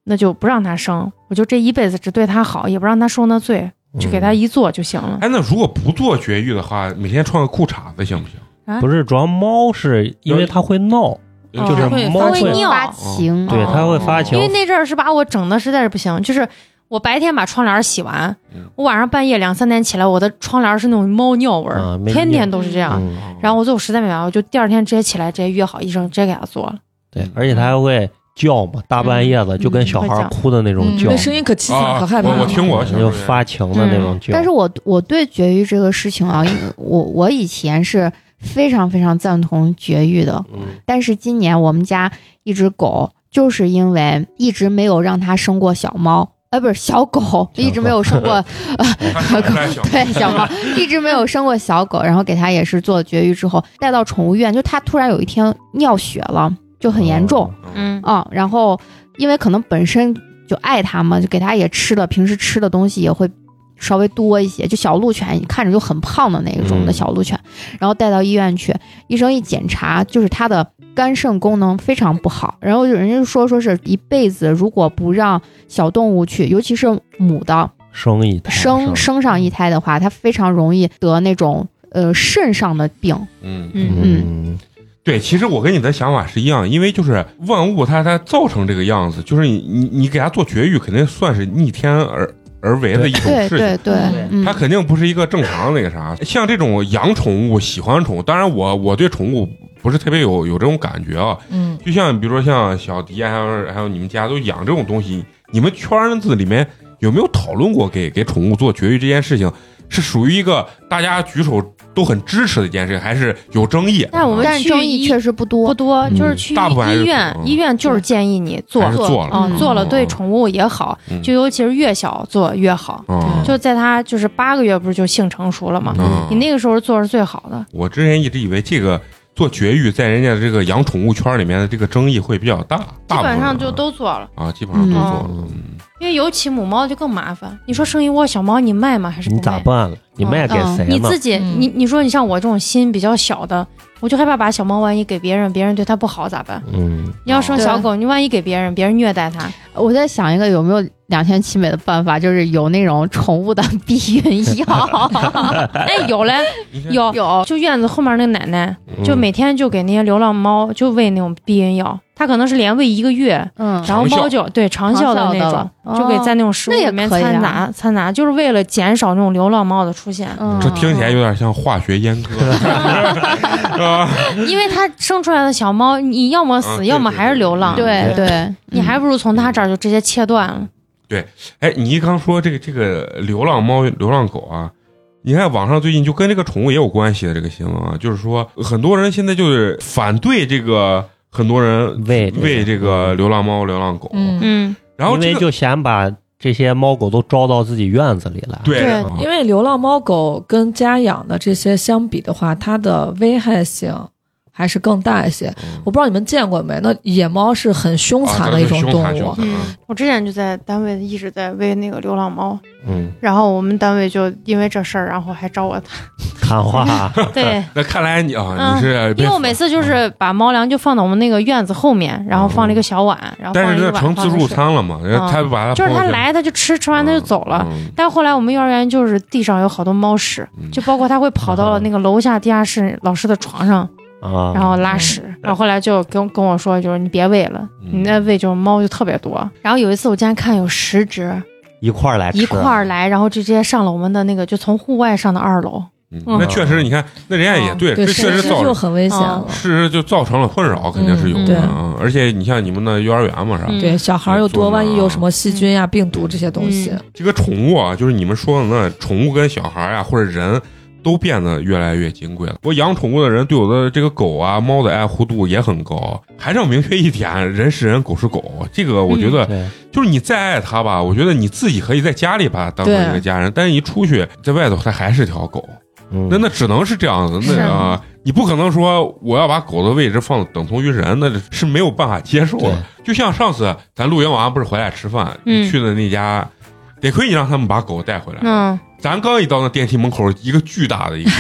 C: 那就不让它生，我就这一辈子只对它好，也不让它受那罪，就给
A: 嗯
C: 它一做就行了。
A: 哎，那如果不做绝育的话，每天穿个裤衩子行不行？
E: 不是，主要猫是因为它会闹，
C: 哦
E: 嗯就是
D: 会
E: 猫
C: 它会
E: 会
C: 尿
B: 发情，嗯
E: 对，
C: 哦
E: 它会发
C: 因
E: 情
C: 为，那阵儿是把我整的实在是不行，就是我白天把窗帘洗完
A: 嗯，
C: 我晚上半夜两三点起来，我的窗帘是那种猫尿味
E: 啊
C: 儿，
E: 没
C: 天
E: 尿
C: 天都是这样。
E: 嗯，
A: 啊
C: 然后我最后实在没办法，我就第二天直接起来，直接约好医生，直接给它做了。
E: 对，而且它还会叫嘛，大半夜的就跟小孩哭的那种
C: 嗯
E: 叫
D: 那，声音可凄惨
A: 啊
D: 可害怕
A: 我
D: 了。
A: 我听过，听
E: 就
A: 过
E: 发情的那种
C: 嗯
E: 叫。
B: 但是我我对绝育这个事情啊，因为我我以前是非常非常赞同绝育的，
E: 嗯，
B: 但是今年我们家一只狗，就是因为一直没有让它生过小猫，呃，不是小狗，
E: 小
B: 一直没有生过，
A: 他小孩小孩
B: 对，小猫一直没有生过小狗，然后给它也是做绝育之后带到宠物医院，就它突然有一天尿血了，就很严重，
C: 嗯
B: 啊、然后因为可能本身就爱它嘛，就给它也吃的，平时吃的东西也会稍微多一些。就小鹿犬看着就很胖的那种的
E: 嗯
B: 小鹿犬，然后带到医院去，医生一检查，就是它的肝肾功能非常不好。然后有人就说，说是一辈子如果不让小动物去，尤其是母的
E: 生
A: 嗯
E: 一胎
B: 生生上一胎的话，它非常容易得那种呃肾上的病。
A: 嗯，
C: 嗯
E: 嗯，
A: 对，其实我跟你的想法是一样，因为就是万物它它造成这个样子，就是你你你给它做绝育，肯定算是逆天而而为的一种
B: 对
A: 事情
B: 对。对
D: 嗯，
B: 嗯
A: 它，肯定不是一个正常那个啥，像这种养宠物、喜欢宠物，当然我我对宠物不是特别有有这种感觉啊。
D: 嗯，
A: 就像比如说像小迪啊，还有还有你们家都养这种东西，你们圈子里面有没有讨论过给给宠物做绝育这件事情，是属于一个大家举手都很支持的一件事，还是有争议？
C: 但我们
B: 但是
C: 去
B: 争
C: 医
B: 议确实不多
C: 不。多，
E: 嗯
C: 就是去
A: 大部分还是
C: 医院
A: 嗯，
C: 医院就是建议你做
A: 还是做了
C: 嗯
B: 嗯
C: 做了对
A: 嗯
C: 宠物也好，
A: 嗯
C: 就尤其是越小做越好。
A: 啊，
C: 就在它就是八个月不是就性成熟了吗？
A: 嗯
C: 你那个时候做是最好的。
A: 我之前一直以为这个做绝育在人家这个养宠物圈里面的这个争议会比较大，
C: 基
A: 大部分
C: 本上
A: 人
C: 就都做了，
A: 啊，基本上都做了。
E: 嗯
A: 嗯
C: 因为尤其母猫就更麻烦。你说生一窝小猫，你卖吗？还是不
E: 你
C: 卖？
E: 咋办了？你卖给谁
C: 你
E: 呢？
C: 自己，
D: 嗯
C: 你你说你像我这种心比较小的，我就害怕把小猫万一给别人，别人对它不好咋办？
E: 嗯，
C: 你要生小狗，你万一给别人，别人虐待它，
B: 我在想一个有没有两全其美的办法，就是有那种宠物的避孕药，
C: <laughs> 哎，
B: <laughs>
C: 有嘞，
A: 你看
C: 有。
B: 有
C: 就院子后面那个奶奶，
E: 嗯
C: 就每天就给那些流浪猫就喂那种避孕药，它可能是连喂一个月，
B: 嗯，
C: 然后
A: 长效
C: 猫就对长效的那种，
B: 种
C: 就给在那种食物
B: 哦那也
C: 里面
B: 可以啊
C: 掺杂掺杂，就是为了减少那种流浪猫的出现。
A: 嗯这听起来有点像化学阉割，
C: 因为它生出来的小猫，你要么
A: 啊
C: 死，
A: 嗯对
C: 要么
A: 对
C: 还是
A: 对嗯
C: 流浪。
B: 嗯对对，
C: 你还不如从它这儿就直接切断了。
A: 哎，你一刚说这个这个流浪猫、流浪狗啊，你看网上最近就跟这个宠物也有关系的这个新闻啊，就是说很多人现在就是反对这个，很多人
E: 喂
A: 喂这个流浪猫、流浪狗，
D: 嗯
C: 嗯，
A: 然后
E: 嗯因
A: 这
E: 为
A: 个
E: 就想把这些猫狗都招到自己院子里来。
A: 对
D: 对
A: 啊，
D: 因为流浪猫狗跟家养的这些相比的话，它的危害性还是更大一些。
A: 嗯
D: 我不知道你们见过没？那野猫是很凶
A: 啊
D: 残
A: 这
D: 的一
A: 是
D: 种
A: 凶
D: 动
A: 残凶
D: 物，
A: 残啊
C: 嗯
F: 我之前就在单位一直在喂那个流浪猫，
E: 嗯，
F: 然后我们单位就因为这事儿，然后还找我谈。
C: <laughs>
E: 谈话
C: 对，
A: 那看来你啊，
C: 嗯
A: 你是
C: 因为我每次就是
A: 嗯
C: 把猫粮就放到我们那个院子后面，然后放了一个小碗，然后
A: 但
C: 放了一
A: 是
C: 个
A: 那
C: 碗
A: 成自
C: 放
A: 助
C: 了水，
A: 餐了嘛，人家
C: 嗯
A: 他把他
C: 就是它
A: 朋友
C: 来它就吃，吃完它就走了。
A: 嗯
C: 但后来我们幼儿园就是地上有好多猫屎，
A: 嗯
C: 就包括它会跑到那个楼下地下室老师的床上，
A: 嗯
E: 啊，
C: 然后拉屎，然后后来就跟跟我说，就是你别喂了，
A: 嗯
C: 你那喂就是猫就特别多。然后有一次我竟然看有十只
E: 一块儿来吃，
C: 一
A: 啊
C: 块儿来，然后就直接上了我们的那个，就从户外上的二楼。
A: 嗯
C: 嗯
A: 那确实，你看，那人家也对，这
D: 对，
A: 确
D: 实
A: 实造
D: 就
A: 成，
D: 很危险
C: 嗯
D: 了。
A: 事实就造成了困扰，肯定是有的
C: 嗯
D: 对
A: 啊。而且你像你们的幼儿园嘛，是吧？
C: 嗯
D: 对，小孩儿又
A: 做啊
D: 多，
A: 呢
D: 万一有什么细菌呀、病毒这些东西，
A: 这个宠物啊，就是你们说的那宠物跟小孩啊，或者人都变得越来越金贵了。我养宠物的人对我的这个狗啊、猫的爱护度也很高。还是要明确一点，人是人，狗是狗。这个我觉得
E: 对，
A: 就是你再爱它吧，我觉得你自己可以在家里把它当成一个
D: 对
A: 家人，但是一出去在外头，它还是条狗。
E: 嗯
A: 那那只能是这样子，那
C: 是
A: 啊、你不可能说我要把狗的位置放等同于人，那是没有办法接受的。就像上次咱露营完不是回来吃饭，
C: 嗯
A: 你去的那家，得亏你让他们把狗带回来。
C: 嗯，
A: 咱刚一到那电梯门口，一个巨大的一个，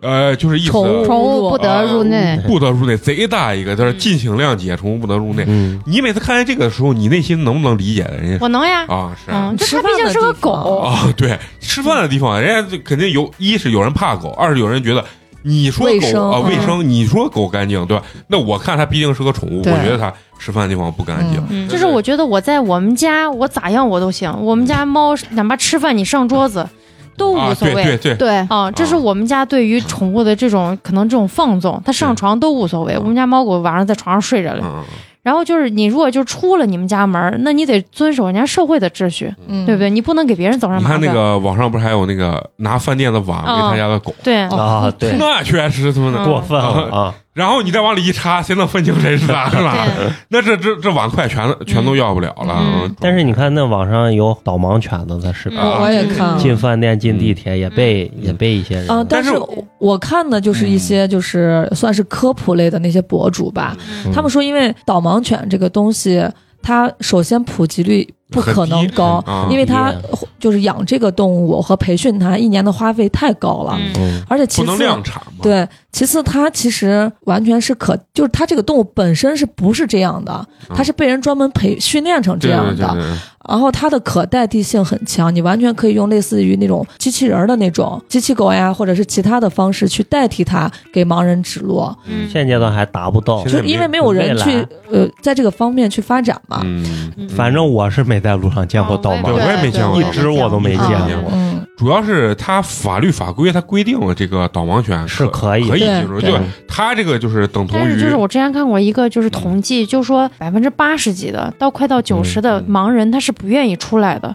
A: 呃，就是意思呃
D: 宠
B: 宠物不得入内，
A: 不得入内，贼大一个，在这尽情谅解，宠物不得入内。
E: 嗯，
A: 你每次看见这个的时候，你内心能不能理解人家
C: 我能呀，
A: 啊？是啊
C: 嗯，这
D: 吃
C: 它毕
D: 饭
C: 竟
D: 的
C: 是个
D: 地方
C: 狗，
A: 啊，对，吃饭的地方，人家就肯定有，一是有人怕狗，二是有人觉得你说
D: 卫
A: 狗
D: 生
A: 啊、
D: 嗯
A: 卫生，你说狗干净，对吧？那我看它毕竟是个宠物，我
D: 对
A: 觉得它吃饭的地方不干净。
C: 嗯就是我觉得我在我们家我咋样我都行，我们家猫哪怕吃饭你上桌子都无
A: 嗯啊，
C: 所
A: 对
C: 谓。
A: 对对，
B: 对，
C: 啊，这是我们家对于宠物的这种可能这种放纵，它上
A: 是
C: 床都无所谓。
A: 嗯
C: 我们家猫狗晚上在床上睡着嘞，
A: 嗯，
C: 然后就是你如果就出了你们家门儿，那你得遵守人家社会的秩序，
D: 嗯，
C: 对不对？你不能给别人走上
A: 你
C: 麻
A: 看
C: 烦。
A: 那个网上不是还有那个拿饭店的碗喂他家的狗，
C: 对，
D: 哦
E: 啊，对，
A: <laughs> 那确实他妈的。
E: 过分了啊！
A: 然后你再往里一插，谁能分清谁是啥是吧？
C: 对，
A: <laughs> 那这这这碗筷全全都要不了了。
C: 嗯
A: 嗯
E: 但是你看那网上有导盲犬的那视频，
A: 啊
D: 我我也看了。
E: 进饭店、进地铁也被也被一些人
D: 嗯，
A: 但
D: 但
A: 是嗯
D: 是我我看的就是一些就是算是科普类的那些博主吧，
E: 嗯
D: 他们说因为导盲犬这个东西，它首先普及率不可能高，
A: 很低很嗯低
D: 因为它就是养这个动物和培训它一年的花费太高了，
F: 嗯
E: 嗯
D: 而且
A: 不
D: 其
A: 能
D: 次
A: 量产嘛。
D: 对，其次它其实完全是可，就是它这个动物本身是不是这样的，
A: 嗯
D: 它是被人专门培训练成这
A: 对
D: 样
A: 对
D: 的，啊
A: 对嗯对，
D: 然后它的可代替性很强，你完全可以用类似于那种机器人儿的那种机器狗呀，或者是其他的方式去代替它，给盲人指路，
F: 嗯
E: 现阶段还达不到
A: 现。在
D: 就是因为没
A: 没
D: 有人
E: 未来
D: 去呃在这个方面去发展嘛。
A: 嗯，嗯
E: 反正我是没在路上见过导
A: 对
E: 盲
A: 我
E: 犬，
A: 也没见过
E: 一只我都没见
A: 嗯
E: 过。
D: 嗯，
A: 主要是它法律法规它规定了这个导盲犬
E: 是
A: 可
E: 可以
A: 可以
D: 的
A: 进入，
E: 对
A: 对它这个就是等同
C: 但
A: 于
C: 是就是我之前看过一个就是统计，就说百分之八十几的到快到九十的
A: 嗯
C: 盲人他是不愿意出来的，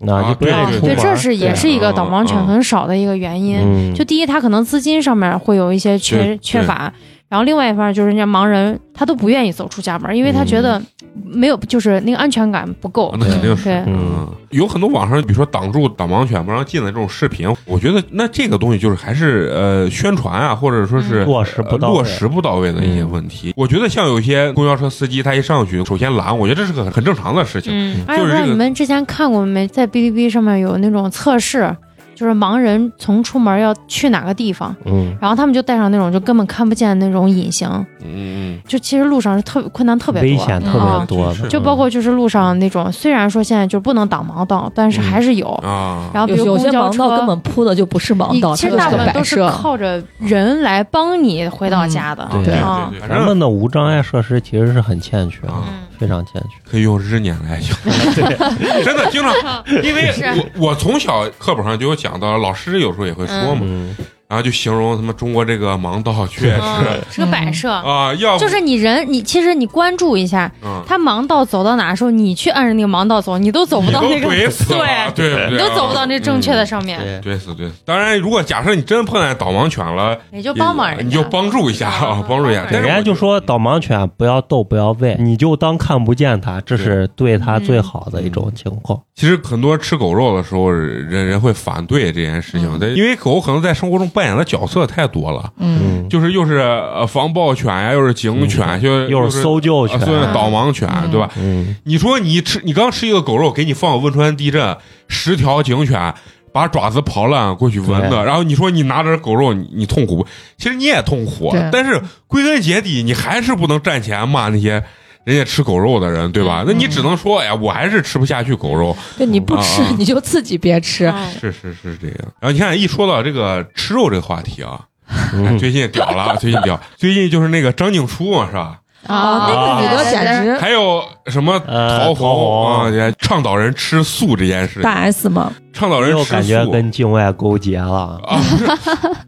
E: 那
A: 啊
E: 就不
A: 对
E: 愿意
A: 对
E: 出
A: 对
E: 门
C: 对，
E: 儿。
C: 这是也
E: 对
C: 是一个
A: 嗯
C: 导盲犬
A: 嗯
C: 很少的一个原因。
E: 嗯，
C: 就第一，他可能资金上面会有一些缺
A: 对
C: 缺乏，然后另外一方面就是人家盲人他都不愿意走出家门，因为他觉得没有就是那个安全感不够
A: 啊。嗯那肯定是。
C: 对，
E: 嗯，
A: 有很多网上，比如说挡住导盲犬不让进的这种视频，我觉得那这个东西就是还是呃宣传啊，或者说是、
E: 嗯落实不
A: 呃
E: 到
A: 落
E: 位嗯
A: 实不到位的一些问题。我觉得像有些公交车司机，他一上去首先拦，我觉得这是个很正常的事情。
C: 嗯，而
A: 就
C: 且
A: 是
C: 不
A: 这
C: 知道
A: 个
C: 你们之前看过没，在哔哩哔哩上面有那种测试，就是盲人从出门要去哪个地方，
E: 嗯，
C: 然后他们就带上那种就根本看不见的那种隐形，
A: 嗯嗯
C: 就其实路上是特别困难特别多，
E: 危险特别
C: 啊
E: 多
A: 嗯
E: 的，
C: 就包括就是路上那种，虽然说现在就不能挡盲道，但是还是有。
A: 嗯啊，
C: 然后比
D: 有
C: 如
D: 有些
C: 公交
D: 盲
C: 车
D: 道根本铺的就不是盲
C: 你
D: 道，
C: 其
D: 它
C: 实
D: 就
C: 大
D: 是
C: 部
D: 个
C: 分
D: 摆
C: 都是
D: 设。
C: 靠着人来帮你回到家的。
A: 嗯对
E: 对
C: 啊
A: 对，反
E: 咱
A: 正
E: 们的无障碍设施其实是很欠缺的，
A: 啊
E: 非常欠缺。
A: 可以用日年来形容， <laughs> 真的经常，嗯因
C: <laughs>
A: 为我我从小课本上就有讲到，老师有时候也会说嘛，
E: 嗯，
A: 然后就形容他们中国这个盲道确实
C: 嗯，是个摆设。
A: 啊，要不
C: 就是你人，你其实你关注一下，
A: 嗯
C: 他盲道走到哪的时候，你去按着那个盲道走，你都走不
A: 你
C: 到
A: 都
C: 那个，
A: 怼死了，对不对？
C: 你都走不到那正确的
A: 嗯。
C: 上面，
E: 对，
A: 怼死怼死！当然，如果假设你真碰见导盲犬了，
C: 也就帮忙
A: 也
C: 人家，嗯
A: 你就帮助一下啊， <laughs> 帮助一下。但
E: 人
A: 是
E: 家
A: 我
E: 就说导盲犬啊不要逗，不要喂，你就当看不见它，这是对它最好的一种情况。
A: 其实很多吃狗肉的时候，人人会反对这件事
C: 嗯
A: 情，但因为狗可能在生活中扮演的角色太多了，
D: 嗯，
E: 嗯，
A: 就是又是呃防暴犬呀，又是警犬，又
E: 又
A: 是
E: 是搜救犬
A: 啊，
C: 嗯
A: 算是导盲犬，对吧？
E: 嗯，
A: 你说你吃，你刚吃一个狗肉，给你放汶川地震，十条警犬把爪子刨烂过去闻的，
E: 对
A: 然后你说你拿着狗肉，你你痛苦不？其实你也痛苦啊
D: 对，
A: 但是归根结底，你还是不能站起来骂那些。人家吃狗肉的人，对吧？那你只
D: 嗯
A: 能说，哎呀，我还是吃不下去狗肉。
D: 对，你不
A: 啊
D: 吃
A: 啊
D: 你就自己别吃。
C: 嗯
A: 是是是这样。然后你看，一说到这个吃肉这个话题啊，哎
E: 嗯
A: 最近屌了，最近屌，最近就是那个张静初嘛，是吧？
D: 啊，那个女的简
C: 啊
D: 直
A: 还有什么
E: 呃
A: 陶
E: 陶
A: 虹啊，
E: 虹
A: 也倡导人吃素这件事情
D: 大，S 嘛，
A: 倡导人
E: 又
A: 吃素，
E: 感觉跟境外勾结了。
A: 啊， <laughs> 不是，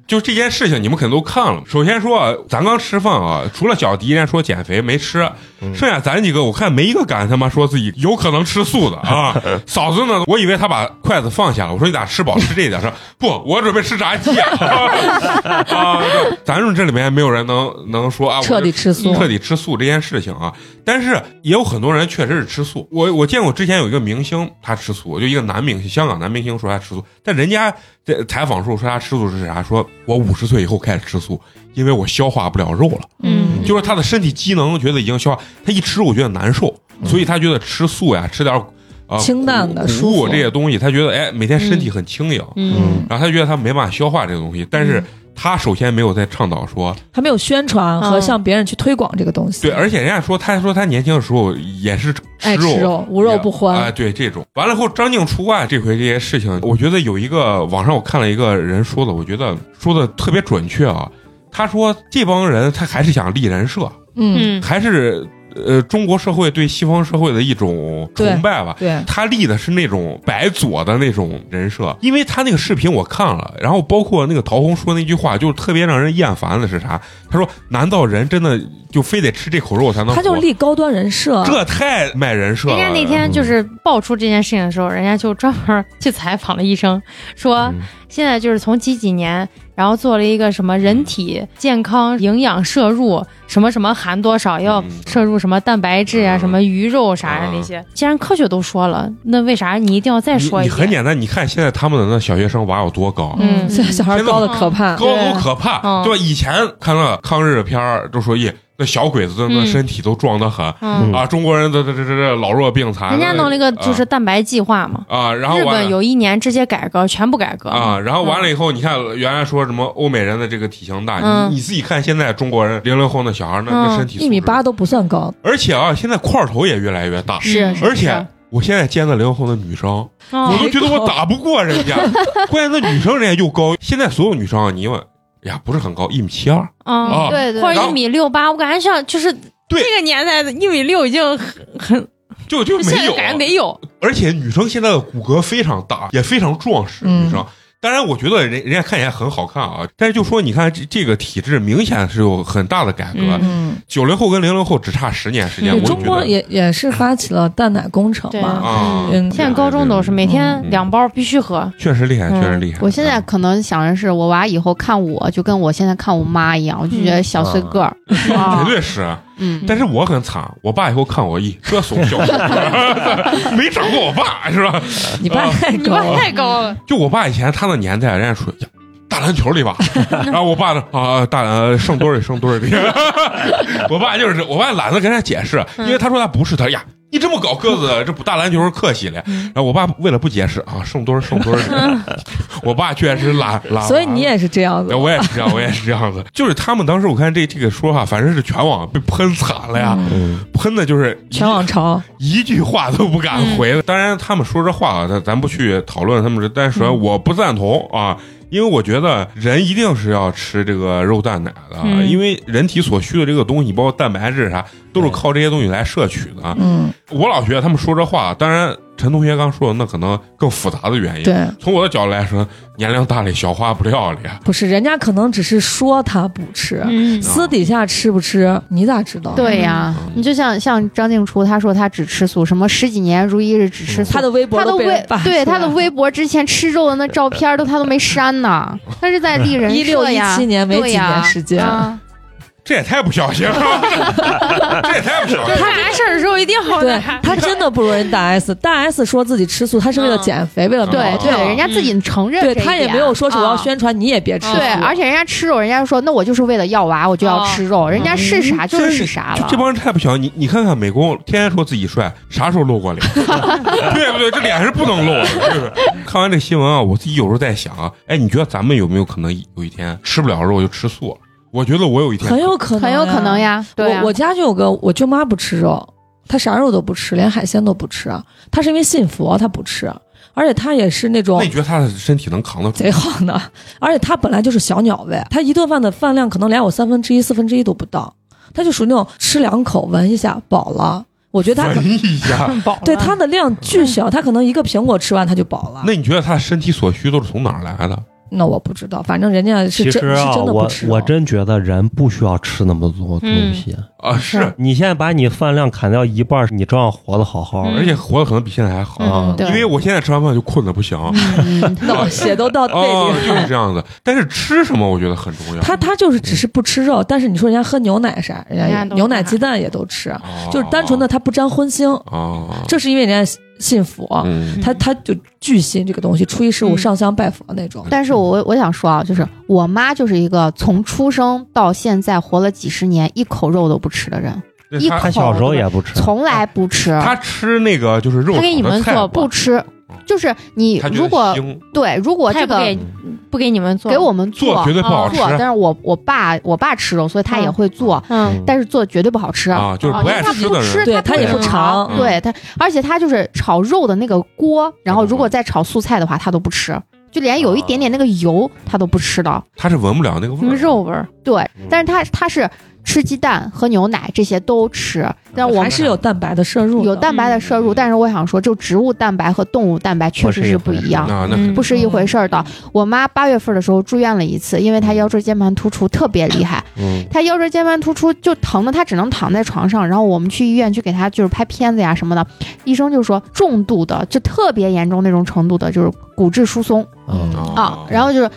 A: 就这件事情，你们肯定都看了。首先说啊，咱刚吃饭啊，除了小迪人家说减肥没吃，剩下咱几个我看没一个敢他妈说自己有可能吃素的啊。嫂子呢，我以为她把筷子放下了，我说你咋吃饱吃这一点？说不，我准备吃炸鸡啊。啊，对咱们这里面没有人能能说啊，我就
D: 彻底吃素。
A: 彻底吃素这件事情啊，但是也有很多人确实是吃素。我我见过之前有一个明星，他吃素，就一个男明星，香港男明星说他吃素，但人家在采访时候说他吃素是啥？说我五十岁以后开始吃素，因为我消化不了肉了，
C: 嗯
A: 就是他的身体机能觉得已经消化，他一吃我觉得难受，所以他觉得吃素呀，吃点儿呃
D: 清淡的
A: 谷
D: 舒服
A: 物这些东西，他觉得哎每天身体很轻盈，
C: 嗯，
A: 然后他觉得他没办法消化这个东西，但
D: 嗯
A: 是他首先没有在倡导说。
D: 他没有宣传和
C: 嗯
D: 向别人去推广这个东西。
A: 对，而且人家说，他说他年轻的时候也是
D: 爱吃肉，无肉不欢。
A: 啊、对这种。完了后，张静初啊，这回这些事情，我觉得有一个网上我看了一个人说的，我觉得说的特别准确啊。他说这帮人他还是想立人设，
D: 嗯
C: 嗯，
A: 还是呃中国社会对西方社会的一种崇拜吧。
D: 对，
A: 他立的是那种白左的那种人设，因为他那个视频我看了，然后包括那个陶虹说那句话，就是特别让人厌烦的是啥？他说：“难道人真的就非得吃这口肉才能活？”
D: 他就立高端人设，
A: 这太卖人设了。
C: 人家那天就是爆出这件事情的时候，人家就专门去采访了医生，说
A: 嗯
C: 现在就是从几几年，然后做了一个什么人体健康营养摄入，什么什么含多少，要
A: 嗯
C: 摄入什么蛋白质呀、
A: 嗯
C: 什么鱼肉啥的
A: 嗯
C: 那些。既然科学都说了，那为啥你一定要再说
A: 你
C: 一
A: 你很
C: 遍？
A: 简单，你看现在他们的那小学生娃有多高，
C: 嗯
D: 现在小孩高的可怕，
A: 高都可怕，
C: 嗯
A: 对吧？以前看那抗日片儿，都说咦，那小鬼子那
C: 嗯
A: 身体都壮得很、
C: 嗯，
E: 嗯
A: 啊，中国人这这这这这老弱病残，
C: 人家弄了一个就是蛋白计划嘛。
A: 啊嗯啊然后
C: 日
A: 完
C: 本
A: 了。
C: 有嗯一年直接改革，全部改革。
A: 啊，然后完了以后，你看原来说什么欧美人的这个体型大，
C: 嗯
A: 你你自己看现在中国人零零后那小孩儿那、那
C: 嗯
A: 身体素质
D: 一米，八都不算高，
A: 而且啊，现在块头也越来越大，
C: 是
A: 而且我现在见的零零后的女生，
C: 哦
A: 我都觉得我打不过人
C: <laughs>
A: 家，关键那女生人家又高，现在所有女生啊，你一问，哎呀，不是很高，一米七二，
C: 嗯，
A: 啊
B: 对对
C: 或
A: 然
C: 者
A: 后
C: 一米六八，我感觉像就是
A: 对
C: 这个年代的一米六已经很很，
A: 就就
C: 现
A: 没
C: 在
A: 有，啊
C: 感觉没有。
A: 而且女生现在的骨骼非常大，也非常壮实。
D: 嗯
A: 女生，当然我觉得人人家看起来很好看啊，但是就说你看这这个体制明显是有很大的改革
C: 嗯，
D: 嗯，
A: 九零、后跟零零后只差十年时间，
C: 嗯
A: 我就
D: 中
A: 觉
D: 国
A: 得
D: 也也是发起了蛋奶工程
C: 对
D: 嘛，
A: 啊，
D: 嗯
C: 现在高中都是每天
A: 嗯
C: 两包必须喝，
A: 确实厉害，
C: 嗯
A: 确实厉害。
B: 我现在可能想的是，我娃以后看我就跟我现在看我妈一样，我就觉得小碎个儿。
A: 嗯
B: 啊
A: 绝对是，
B: 嗯，
A: 但是我很惨，我爸以后看我一这怂笑，没长过我爸是吧？
D: 你
A: 啊
D: 爸太
C: <laughs> 你
D: 高
C: 爸
D: 了，
C: 太高了，
A: 就我爸以前他那年代，人家说呀大篮球里
D: <laughs>
A: 吧，然后我爸呢啊大篮剩堆儿里剩堆儿里， <laughs> 我爸就是我爸懒得跟人家解释，
D: 嗯
A: 因为他说他不是他呀。你这么高个子，这不打篮球是客气了。
D: 嗯
A: 然后我爸为了不解释啊，剩堆儿剩堆儿
D: <laughs>
A: 里，我爸确实懒懒。
D: 所以你也是这样子
A: 对，，我也是这样，我也是这样子。就是他们当时我看这这个说法，反正是全网被喷惨了呀，
E: 嗯，
A: 喷的就是一
D: 全网潮，
A: 一句话都不敢回。
D: 嗯
A: 当然，他们说这话啊，咱咱不去讨论他们这，但是
D: 嗯
A: 我不赞同啊。因为我觉得人一定是要吃这个肉蛋奶的，
C: 嗯
A: 因为人体所需的这个东西，包括蛋白质啥，都是靠这些东西来摄取的。
D: 嗯，
A: 我老觉得他们说这话，当然陈同学刚说的那可能更复杂的原因。
D: 对，
A: 从我的角度来说，年龄大了消化不啊了了。
D: 不是，人家可能只是说他不吃，
C: 嗯
D: 私底下吃不吃，你咋知道？
B: 对呀，你就像像张静初，她说她只吃素，什么十几年如一日只吃素。
D: 他的微博
B: 她的
D: 都被
B: 微
D: 人扒
B: 对
D: 出来
B: 她的微博之前吃肉的那照片都她都没删
D: <laughs>
B: 呢，她是在立人
D: 一六
B: 设
D: 一
B: 呀
D: 七。年没
B: 对
D: 几
B: 呀
D: 年时间，
B: 啊，
A: 这也太不小
D: <laughs>
A: 心了，这也太不小心了。
C: 他啥事儿的时候一定要
D: 对
C: 那
D: 他真的不如人大 S，大 S 说自己吃素，他是为了
C: 嗯
D: 减肥，为了
A: 嗯
D: 跑
B: 对
D: 跳
B: 对，人家自己承认这一
D: 哦对
B: 点，
D: 他也没有说是我要
B: 啊
D: 宣传，你也别吃素。
B: 对，而且人家吃肉，人家说那我就是为了要娃，我就要吃肉，人家是
D: 嗯啊
B: 啥就是是啥
A: 这
B: 了。
A: 这帮人太不小心，你你看看美工，天天说自己帅，啥时候露过
D: <laughs>
A: 脸？对不对？这脸是不能露的，是不是？看完这新闻啊，我自己有时候在想啊，哎，你觉得咱们有没有可能有一天吃不了肉就吃素了？啊我觉得我有一天
D: 很有可能，
B: 很有可能
D: 呀。
B: 呀，对呀
D: 我我家就有个我舅妈不吃肉，她啥肉都不吃，连海鲜都不吃。她是因为信佛，她不吃，而且她也是那种
A: 那你觉得他的身体能扛得住
D: 贼？好呢。而且她本来就是小鸟胃，她一顿饭的饭量可能连我三分之一、四分之一都不到，她就属于那种吃两口闻一下饱了。我觉得她可
A: 闻一下，
C: 饱了
D: 对她的量巨小，她可能一个苹果吃完她就饱了。
A: 那你觉得他的身体所需都是从哪儿来的？
D: 那我不知道，反正人家是
E: 其
D: 真
E: 实
D: 是
E: 啊，
D: 真的不
E: 我
D: 吃肉
E: 我真觉得人不需要吃那么多东西。
A: 啊，是，
E: 你现在把你饭量砍掉一半，你照样活得好
D: 嗯
E: 好的。
A: 而且活得可能比现在还好，
E: 啊
C: 嗯，
B: 对
A: 因为我现在吃完饭就困得不行。
B: 嗯
D: 那我血都到背
A: 哦，
D: 里
A: 就
D: 了。
A: 是这样子，但是吃什么我觉得很重要。
D: 他他就是只是不吃肉，但是你说人家喝牛奶啥，人家
F: 人家
D: 也
F: 都
D: 牛奶鸡蛋也都吃，
A: 哦
D: 就是单纯的他不沾荤腥，
A: 哦，
D: 这是因为人家信佛，
A: 嗯
D: 他他就巨信这个东西，初一十五
C: 嗯
D: 上香拜佛那种。
B: 但啊是我我想说啊，就是我妈就是一个从出生到现在活了几十年一口肉都不吃的人，
A: 那
B: 一
A: 他
E: 他小时候也不吃，
B: 从来不吃，
A: 他吃那个就是肉
C: 他给你
A: 炒的
C: 们
A: 菜
C: 做
B: 不吃。就是你
A: 他觉得
B: 如果
A: 腥
B: 对如果
C: 他
B: 这
C: 也不
B: 个
C: 给不给你们做，
B: 给我们
A: 做
B: 做啊
A: 绝对不好吃
B: 做，但是我我爸我爸吃肉，所以他也会做，
C: 嗯
B: 但是做绝对不好吃。
A: 啊，就是
B: 啊
A: 不
B: 因
A: 爱
B: 为他
A: 吃
B: 不
A: 的人
B: 吃，
D: 对
B: 他
D: 他也
B: 不
D: 不尝
A: 嗯
B: 对他，而且他就是炒肉的那个锅，然后如果再炒素菜的话，他都不吃，就连有一点点那个油他都不吃的。
A: 他是闻不了那个
C: 什
A: 味
C: 么
A: 儿。
E: 嗯
C: 肉味儿，
B: 对，但是他他是吃鸡蛋、喝牛奶这些都吃，但我
D: 还是有蛋白的摄入的，
B: 有蛋白的摄入，但是我想说，就植物蛋白和动物蛋白确实是不一样。
A: 啊那那
C: 嗯
B: 不是一回事儿的。我妈八月份的时候住院了一次，因为她腰椎间盘突出特别厉害，
A: 嗯
B: 她腰椎间盘突出就疼的她只能躺在床上。然后我们去医院去给她就是拍片子呀什么的，医生就说重度的就特别严重那种程度的，就是骨质疏松
E: 嗯
A: 哦
B: 啊。然后就是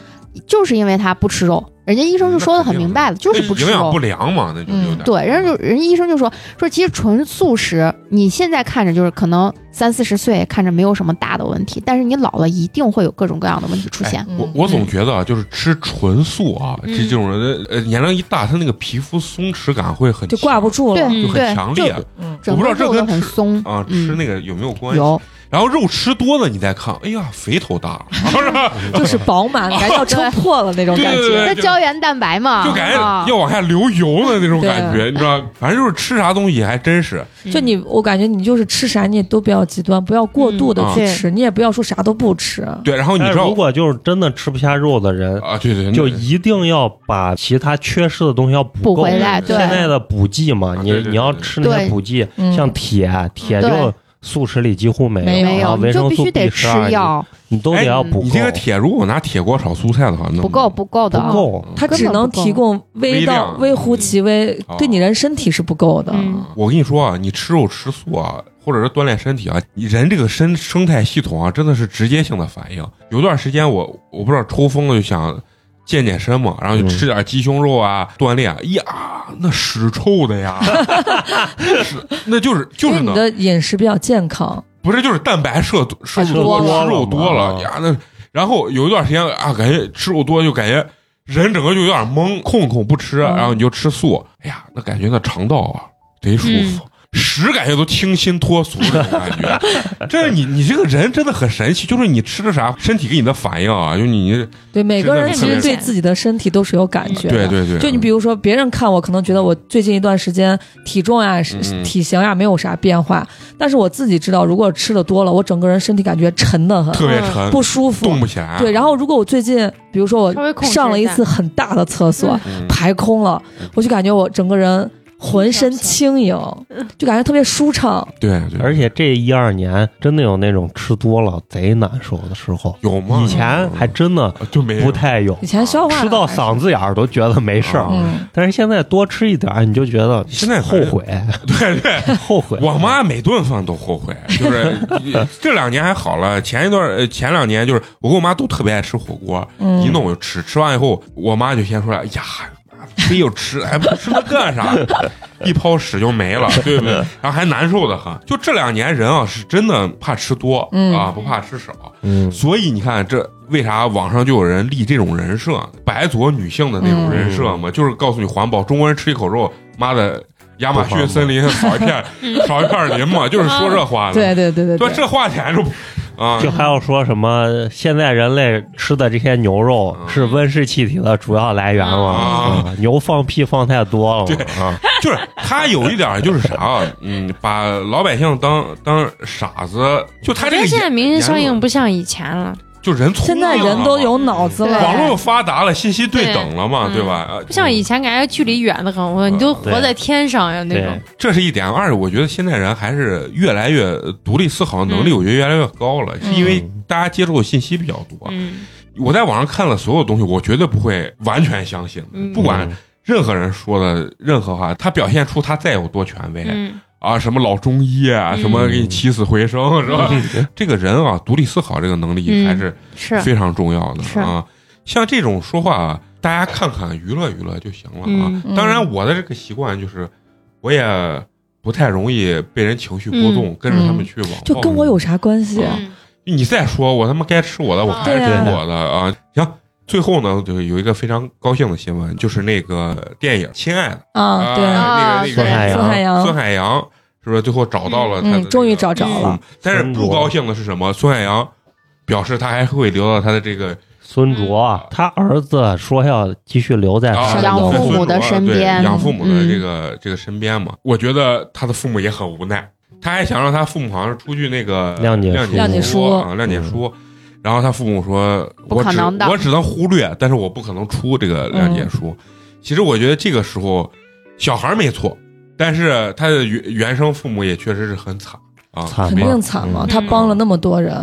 B: 就是因为她不吃肉，人家医
A: 嗯
B: 生就说的很明白了，就是不吃
A: 营养
B: 肉
A: 不。良嘛，那就
D: 嗯
A: 有点
B: 对，人家就人家医生就说说，其实纯素食，你现在看着就是可能三四十岁看着没有什么大的问题，但是你老了一定会有各种各样的问题出现。
A: 哎
B: 嗯
A: 我我总觉得啊，就是吃纯素啊，这这种人呃年龄一大，他那个皮肤松弛感会很
D: 就挂不住了。
B: 对
C: 嗯
A: 就很
B: 对
A: 强烈
D: 嗯，
B: 整个肉都很松
A: 啊，
B: 嗯
A: 吃那个有没有关系？
B: 有
A: 然后肉吃多了，你再看，哎呀，肥头大
B: <laughs>
A: 了，是吧
D: 就是饱满感，要撑破了那种感
A: 对对对
D: 觉。
B: 那胶原蛋白嘛，
A: 就感觉
B: 啊
A: 要往下流油的那种感觉，你知道？反正就是吃啥东西还真是，
D: 就你，我感觉你就是吃啥，你也都不要极端，不要过度的
A: 嗯
D: 去
F: 对
D: 吃，你也不要说啥都不吃。
A: 对。然后你
E: 但
A: 知
E: 是
A: 道
E: 哎如果就是真的吃不下肉的人，
A: 啊，对对，
E: 就
A: 那
E: 一定要把其他缺失的东西要
B: 补
E: 补够。
B: 回来，
A: 够
B: 对
E: 现在的补剂嘛，
A: 啊
E: 你
A: 对对对
E: 你要吃那些
B: 对
E: 补剂，
D: 嗯
E: 像铁，铁
B: 对
E: 就素食里几乎没
D: 没有
B: 没
E: 然
B: 有，你就
E: 后啊维生
B: 必
E: 素
B: 须得
E: B 十
B: 吃
E: 二，
B: 药，
E: 你都得要补
A: 哎
E: 够。
A: 你这个铁，如果我拿铁锅炒蔬菜的话，那
B: 不够不够的，
E: 不够，
D: 它只能提供微到
A: 微量
D: 微乎其微
A: 哦，
D: 对你人身体是不够的。
B: 嗯
A: 我跟你说啊，你吃肉吃素啊，或者是锻炼身体啊，你人这个生生态系统啊，真的是直接性的反应。有段时间我我不知道抽风了，就想健健身嘛，然
E: 嗯
A: 后就吃点鸡胸肉啊，锻炼。呀，那屎臭的
B: <laughs>
A: 呀，那是那就是就
D: 因
A: 是
B: 哎
D: 为你
A: 那
D: 的饮食比较健康，
A: 不是就是蛋白摄入摄入
E: 多了
A: 吃肉多了
E: 啊
A: 呀，那然后有一段时间啊，感觉吃肉多就感觉人整个就有点懵，控控不吃，
D: 嗯
A: 然后你就吃素，哎呀，那感觉那肠道啊贼舒服。屎感觉都清新脱俗那种感觉，这是你你这个人真的很神奇，就是你吃了啥，身体给你的反应啊，就你
D: 对每个人
A: 是
D: 其
A: 的
D: 实
A: 是
D: 对
A: 的
D: 自己的身体都是有感觉
A: 对
D: 的。
A: 对对，
D: 就你比如说，别人看我可能觉得我最近一段时间体重呀、是
A: 嗯
D: 体型呀没有啥变化，但是我自己知道，如果吃的多了，我整个人身体感觉沉得很，
A: 特啊别沉，
D: 不舒服
A: 动。不起来。
D: 对，然后如果我最近，比如说
F: 稍微
D: 我
F: 控制
D: 上了一
F: 一下
D: 次很大的厕所，
A: 嗯
D: 排空了
A: 嗯，
D: 我就感觉我整个人浑身轻盈，就感觉特别舒畅。
A: 对对，
E: 而且这一二年真的有那种吃多了贼难受的时候，
A: 有吗？啊
E: 以前还真的
A: 就没有
E: 不太有，
D: 以前
A: 啊
D: 消化
E: 吃到
D: 还是
E: 嗓子眼儿都觉得没事儿，
D: 嗯，
E: 但是现在多吃一点儿，你就觉得
A: 现在
E: 后悔，
A: <laughs> 对对，
E: 后悔。
A: 我妈每顿饭都后悔，就是 <laughs> 这两年还好了，前一段呃前两年就是我跟我妈都特别爱吃火锅，
D: 嗯
A: 一弄我就吃，吃完以后我妈就先说了，呀，妈非要吃，还不吃它干啥？ <laughs> 一泡屎就没了，对
D: <laughs>
A: 不对？然后还难受的很。就这两年人啊，是真的怕吃多、
D: 嗯
A: 啊，不怕吃少，
E: 嗯，
A: 所以你看这。为啥网上就有人立这种人设，白左女性的那
D: 嗯
A: 种人设嘛？就是告诉你环保，中国人吃一口肉，妈的，亚马逊森林少一片， <laughs> 少一片林嘛，就是说这话的。
D: 对对啊嗯对对
A: 对，这话钱就啊，
E: 就还要说什么？现在人类吃的这些牛肉
A: 嗯
E: 是温室气体的主要来源了，
A: 啊
E: 啊牛放屁放太多了嘛啊！
A: 就是他有一点就是啥啊，嗯，把老百姓当当傻子，就他
C: 我
A: 这个
C: 觉得现在
A: 言
C: 民生效
A: 言
C: 应
A: 论
C: 不像以前了，
A: 就人聪
D: 现
A: 明
D: 在
A: 了
D: 人
A: 啊嘛
D: 都有脑子了，
A: 网络发达了，信息对等了嘛，
C: 对
A: 对吧？呃
C: 不像以前感觉距离远的很，我你都活在天上呀那
E: 对
C: 种。，
A: 这是一点。二，我觉得现在人还是越来越独立思考能力，
C: 嗯
A: 我觉得越来越高了，是因为大家接触的信息比较多。
C: 嗯，
A: 我在网上看了所有东西，我绝对不会完全相信的，
C: 嗯
A: 不管任何人说的任何话，他表现出他再有多权威。
C: 嗯，
A: 啊，什么老中医啊，
C: 嗯
A: 什么给你起死回生、是吧？这个人啊，独立思考这个能力
C: 嗯
A: 还是
F: 是
A: 非常重要的、
F: 是
A: 啊。像这种说话，啊，大家看看娱乐娱乐就行了啊。
C: 嗯
A: 当然，我的这个习惯就是，我也不太容易被人情绪波动，
D: 嗯
A: 跟着他们去往后。
D: 就跟我有啥关系？
A: 嗯你再说我他妈该吃我的，我还是
D: 对啊
A: 吃我的啊。行，最后呢，就有一个非常高兴的新闻，就是那个电影《亲爱的》
D: 啊，对，
A: 啊那个那个
E: 孙海洋
D: 孙海洋
A: 孙海洋是不是最后找到了他的、
D: 嗯，终于找着了。
A: 但是不高兴的是什么？孙海洋表示他还会留到他的这个
E: 孙卓他儿子说要继续留在
A: 嗯啊
E: 山
B: 养
E: 东
B: 父母的身边嗯
A: 对养父母的这个、这个身边嘛。我觉得他的父母也很无奈，他还想让他父母好像是出具那个
E: 谅解书嗯
A: 谅
D: 谅解
A: 书
D: 书
A: 啊谅解书。然后他父母说：“
B: 不
A: 我
B: 可
A: 只
B: 能的嗯
A: 我只能忽略，但是我不可能出这个谅解书。其实我觉得这个时候小孩儿没错，但是他的原原生父母也确实是很惨啊，
E: 惨
D: 肯
A: 没
D: 定惨嘛，
E: 嗯
D: 他帮了那么多人，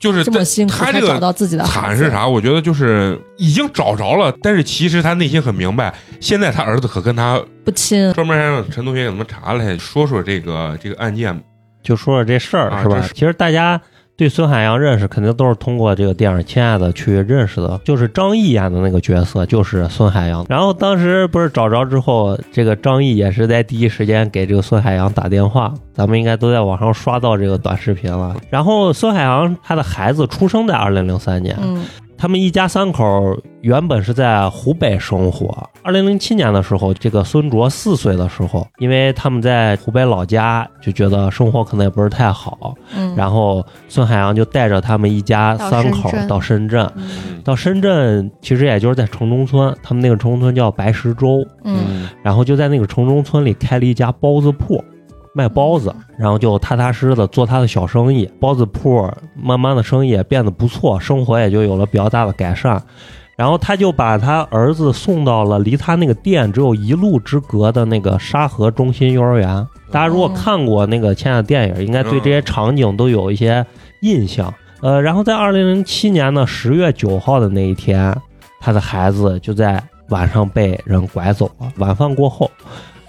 A: 就是
D: 这
A: 在
D: 么辛苦
A: 他
D: 才
A: 嗯这
D: 找
A: 个
D: 到自己的孩
A: 惨
D: 子
A: 是？啥？我觉得就是已经找着了，但是其实他内心很明白，现在他儿子可跟他
D: 不亲，
A: 专门还让陈同学给他们查了，说说这个这个案件。
E: 就说说这事儿、
A: 啊
E: 是吧？
A: 就是
E: 其实大家对孙海洋认识，肯定都是通过这个电影《亲爱的》去认识的。就是张译演的那个角色就是孙海洋。然后当时不是找着之后，这个张译也是在第一时间给这个孙海洋打电话。咱们应该都在网上刷到这个短视频了。然后孙海洋他的孩子出生在二零零三年，
D: 嗯，
E: 他们一家三口原本是在湖北生活。二零零七年的时候，这个孙卓四岁的时候，因为他们在湖北老家就觉得生活可能也不是太好，
D: 嗯
E: 然后孙海洋就带着他们一家三口到
B: 到
E: 深圳。
A: 嗯
E: 到深圳其实也就是在城中村，他们那个城中村叫白石洲，
D: 嗯，
E: 然后就在那个城中村里开了一家包子铺，卖包子，然后就踏踏实实的做他的小生意。包子铺慢慢的生意也变得不错，生活也就有了比较大的改善。然后他就把他儿子送到了离他那个店只有一路之隔的那个沙河中心幼儿园。大家如果看过那个《亲爱的电影》，应该对这些场景都有一些印象。呃，然后在二零零七年的十月九号的那一天，他的孩子就在晚上被人拐走了。晚饭过后，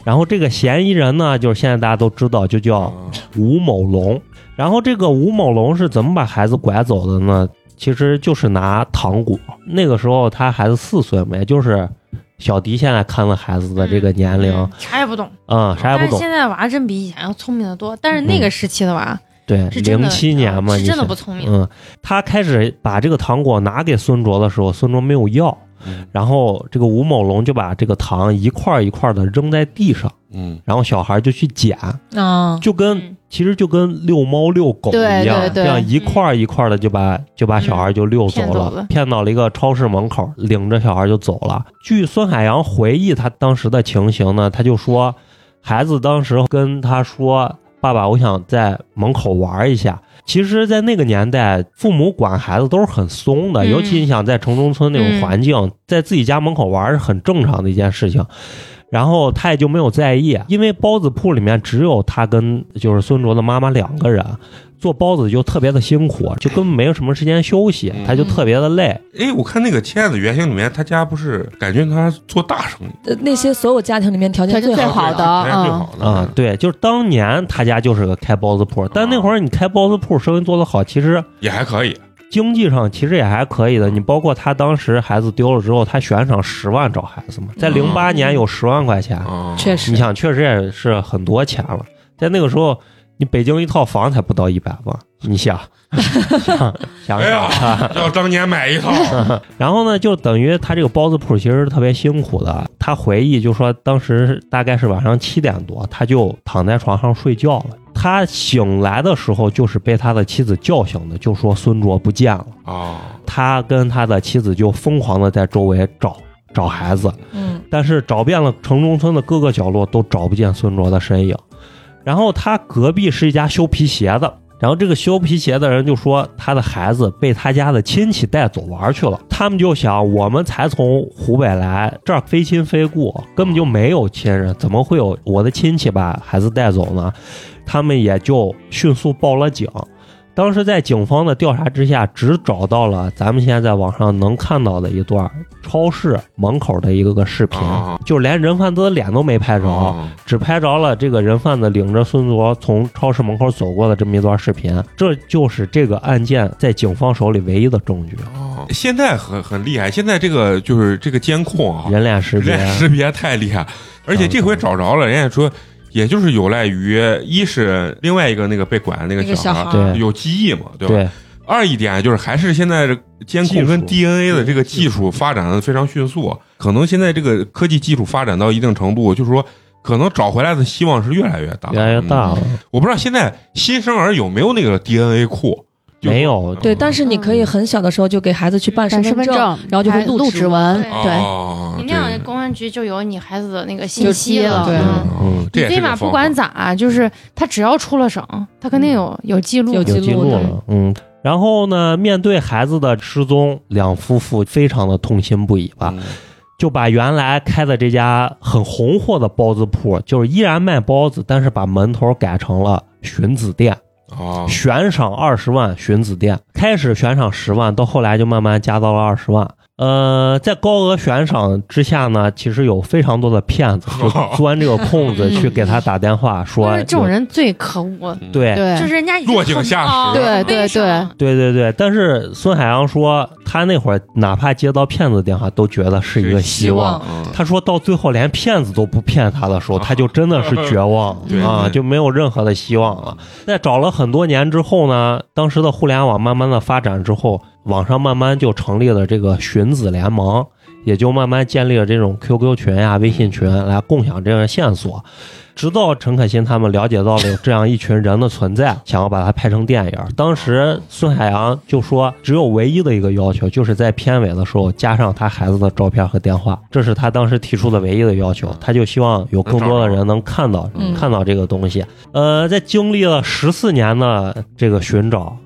E: 然后这个嫌疑人呢，就是现在大家都知道，就叫
A: 啊
E: 吴某龙。然后这个吴某龙是怎么把孩子拐走的呢？其实就是拿糖果。那个时候他孩子四岁嘛，也就是小迪现在看了孩子的这个年龄，
C: 嗯啥也不懂，
E: 嗯，啥也不
C: 但是
E: 懂。
C: 现在娃真比以前要聪明的多。但是那个时期的娃
E: 对，
C: 是真的，啊
E: 零七年嘛，
C: 是
E: 你
C: 真的
E: 想
C: 不聪明。
E: 嗯，他开始把这个糖果拿给孙卓的时候，孙卓没有要，
A: 嗯
E: 然后这个吴某龙就把这个糖一块儿一块的扔在地上，
A: 嗯，
E: 然后小孩就去捡，
D: 啊，
E: 就跟、
C: 嗯
E: 其实就跟遛猫遛狗一
B: 对
E: 样，
B: 对对
E: 这样一块儿一块的就把就把小孩就遛走
C: 嗯骗
E: 了，
C: 走了
E: 骗到了一个超市门口，领着小孩就走了。据孙海洋回忆他当时的情形呢，他就说，孩子当时跟他说：“爸爸，我想在门口玩一下。”其实，在那个年代，父母管孩子都是很松的，
C: 嗯
E: 尤其你想在城中村那种
C: 嗯
E: 环境，在自己家门口玩是很正常的一件事情。然后他也就没有在意，因为包子铺里面只有他跟就是孙卓的妈妈两个人，做包子就特别的辛苦，就根本没有什么时间休息，
A: 嗯
E: 他就特别的累。
A: 哎，我看那个《亲爱的原型》里面，他家不是感觉他做大生意，
D: 呃那些所有家庭里面条件
B: 条件
D: 最
B: 最
D: 好
B: 好
D: 的嗯
B: 的
A: 他家最好的嗯
E: 啊、对，就是当年他家就是个开包子铺，但
A: 啊
E: 那会儿你开包子铺生意做得好，其实
A: 也还可以。
E: 经济上其实也还可以的。你包括他当时孩子丢了之后，他悬赏十万找孩子嘛，在零八年有十万块钱，
A: 啊，
D: 确实
E: 你想确实也是很多钱了。在那个时候，你北京一套房才不到一百万，你想 <laughs> 想想
A: 哎
E: 想。啊
A: 呀，要当年买一套，
E: 然后呢，就等于他这个包子铺其实是特别辛苦的。他回忆就说，当时大概是晚上七点多，他就躺在床上睡觉了。他醒来的时候，就是被他的妻子叫醒的，就说孙卓不见了。
A: 啊，
E: 他跟他的妻子就疯狂的在周围找找孩子，
D: 嗯
E: 但是找遍了城中村的各个角落都找不见孙卓的身影。然后他隔壁是一家修皮鞋的，然后这个修皮鞋的人就说他的孩子被他家的亲戚带走玩去了。他们就想，我们才从湖北来，这儿非亲非故，根本就没有亲人，怎么会有我的亲戚把孩子带走呢？他们也就迅速报了警。当时在警方的调查之下，只找到了咱们现在在网上能看到的一段超市门口的一个个视频
A: 啊，
E: 就是连人贩子的脸都没拍着，
A: 啊
E: 只拍着了这个人贩子领着孙卓从超市门口走过的这么一段视频。这就是这个案件在警方手里唯一的证据，
A: 啊现在很很厉害，现在这个就是这个监控啊，
E: 人脸识别
A: 人。脸识别太厉害，而且这回找着了，人家说。也就是有赖于，一是另外一个那个被拐的那
D: 那个
A: 个小
D: 小孩
A: 孩
D: 儿
E: 对
A: 儿有记忆嘛，对吧？
E: 对，
A: 二一点就是还是现在这监控跟
E: 技
A: DNA 的这个技术发展的非常迅速，啊可能现在这个科技技术发展到一定程度，就是说可能找回来的希望是越来越大，
E: 越来越大了，
A: 嗯我不知道现在新生儿有没有那个 DNA 库，就
E: 没有
D: 对，但是你可以很小的时候就给孩子去办身
B: 办身份
D: 证，
B: 证，
D: 然后就会
B: 还
D: 录
B: 录
D: 指
B: 指纹，
C: 对
B: 对，
A: 哦
C: 你那样，
A: 对
C: 公安局就有你孩子的那个
B: 就
C: 信息
B: 接了
C: 了。
D: 对
C: 嗯
A: 嗯，这也
C: 你
A: 是个
C: 最码
A: 方法
C: 不管咋，啊就是他只要出了省，他肯定有有记录。
D: 有
E: 有记
D: 录
E: 录
D: 的
E: 了，嗯。然后呢，面对孩子的失踪，两夫妇非常的痛心不已吧。
A: 嗯
E: 就把原来开的这家很红火的包子铺，就是依然卖包子，但是把门头改成了寻子店，
A: 啊，
E: 悬赏二十万寻子店。开始悬赏十万，到后来就慢慢加到了二十万。呃，在高额悬赏之下呢，其实有非常多的骗 <laughs> 子就钻这个空子去给他打电话说
C: 但是，这种
E: 有
C: 人最可恶，
E: 对
B: 对，
C: 就是人家已经哦
A: 落井下石
C: 很
B: 对对对，
C: 啊
E: 对对对，但是孙海洋说，他那会儿哪怕接到骗子电话，都觉得是一个希望。
A: 嗯
E: 他说到最后，连骗子都不骗他的时候，
A: 啊
E: 他就真的是绝望
A: <laughs> 对
E: 啊，
A: 对
E: 就没有任何的希望了。在找了很多年之后呢，当时的互联网慢慢的发展之后，网上慢慢就成立了这个寻子联盟，也就慢慢建立了这种 QQ 群呀、微信群来共享这个线索。直到陈可辛他们了解到了有这样一群人的存在，想要把它拍成电影。当时孙海洋就说，只有唯一的一个要求，就是在片尾的时候加上他孩子的照片和电话，这是他当时提出的唯一的要求。他就希望有更多的人能看到
D: 嗯
E: 看到这个东西。呃，在经历了十四年的这个寻找。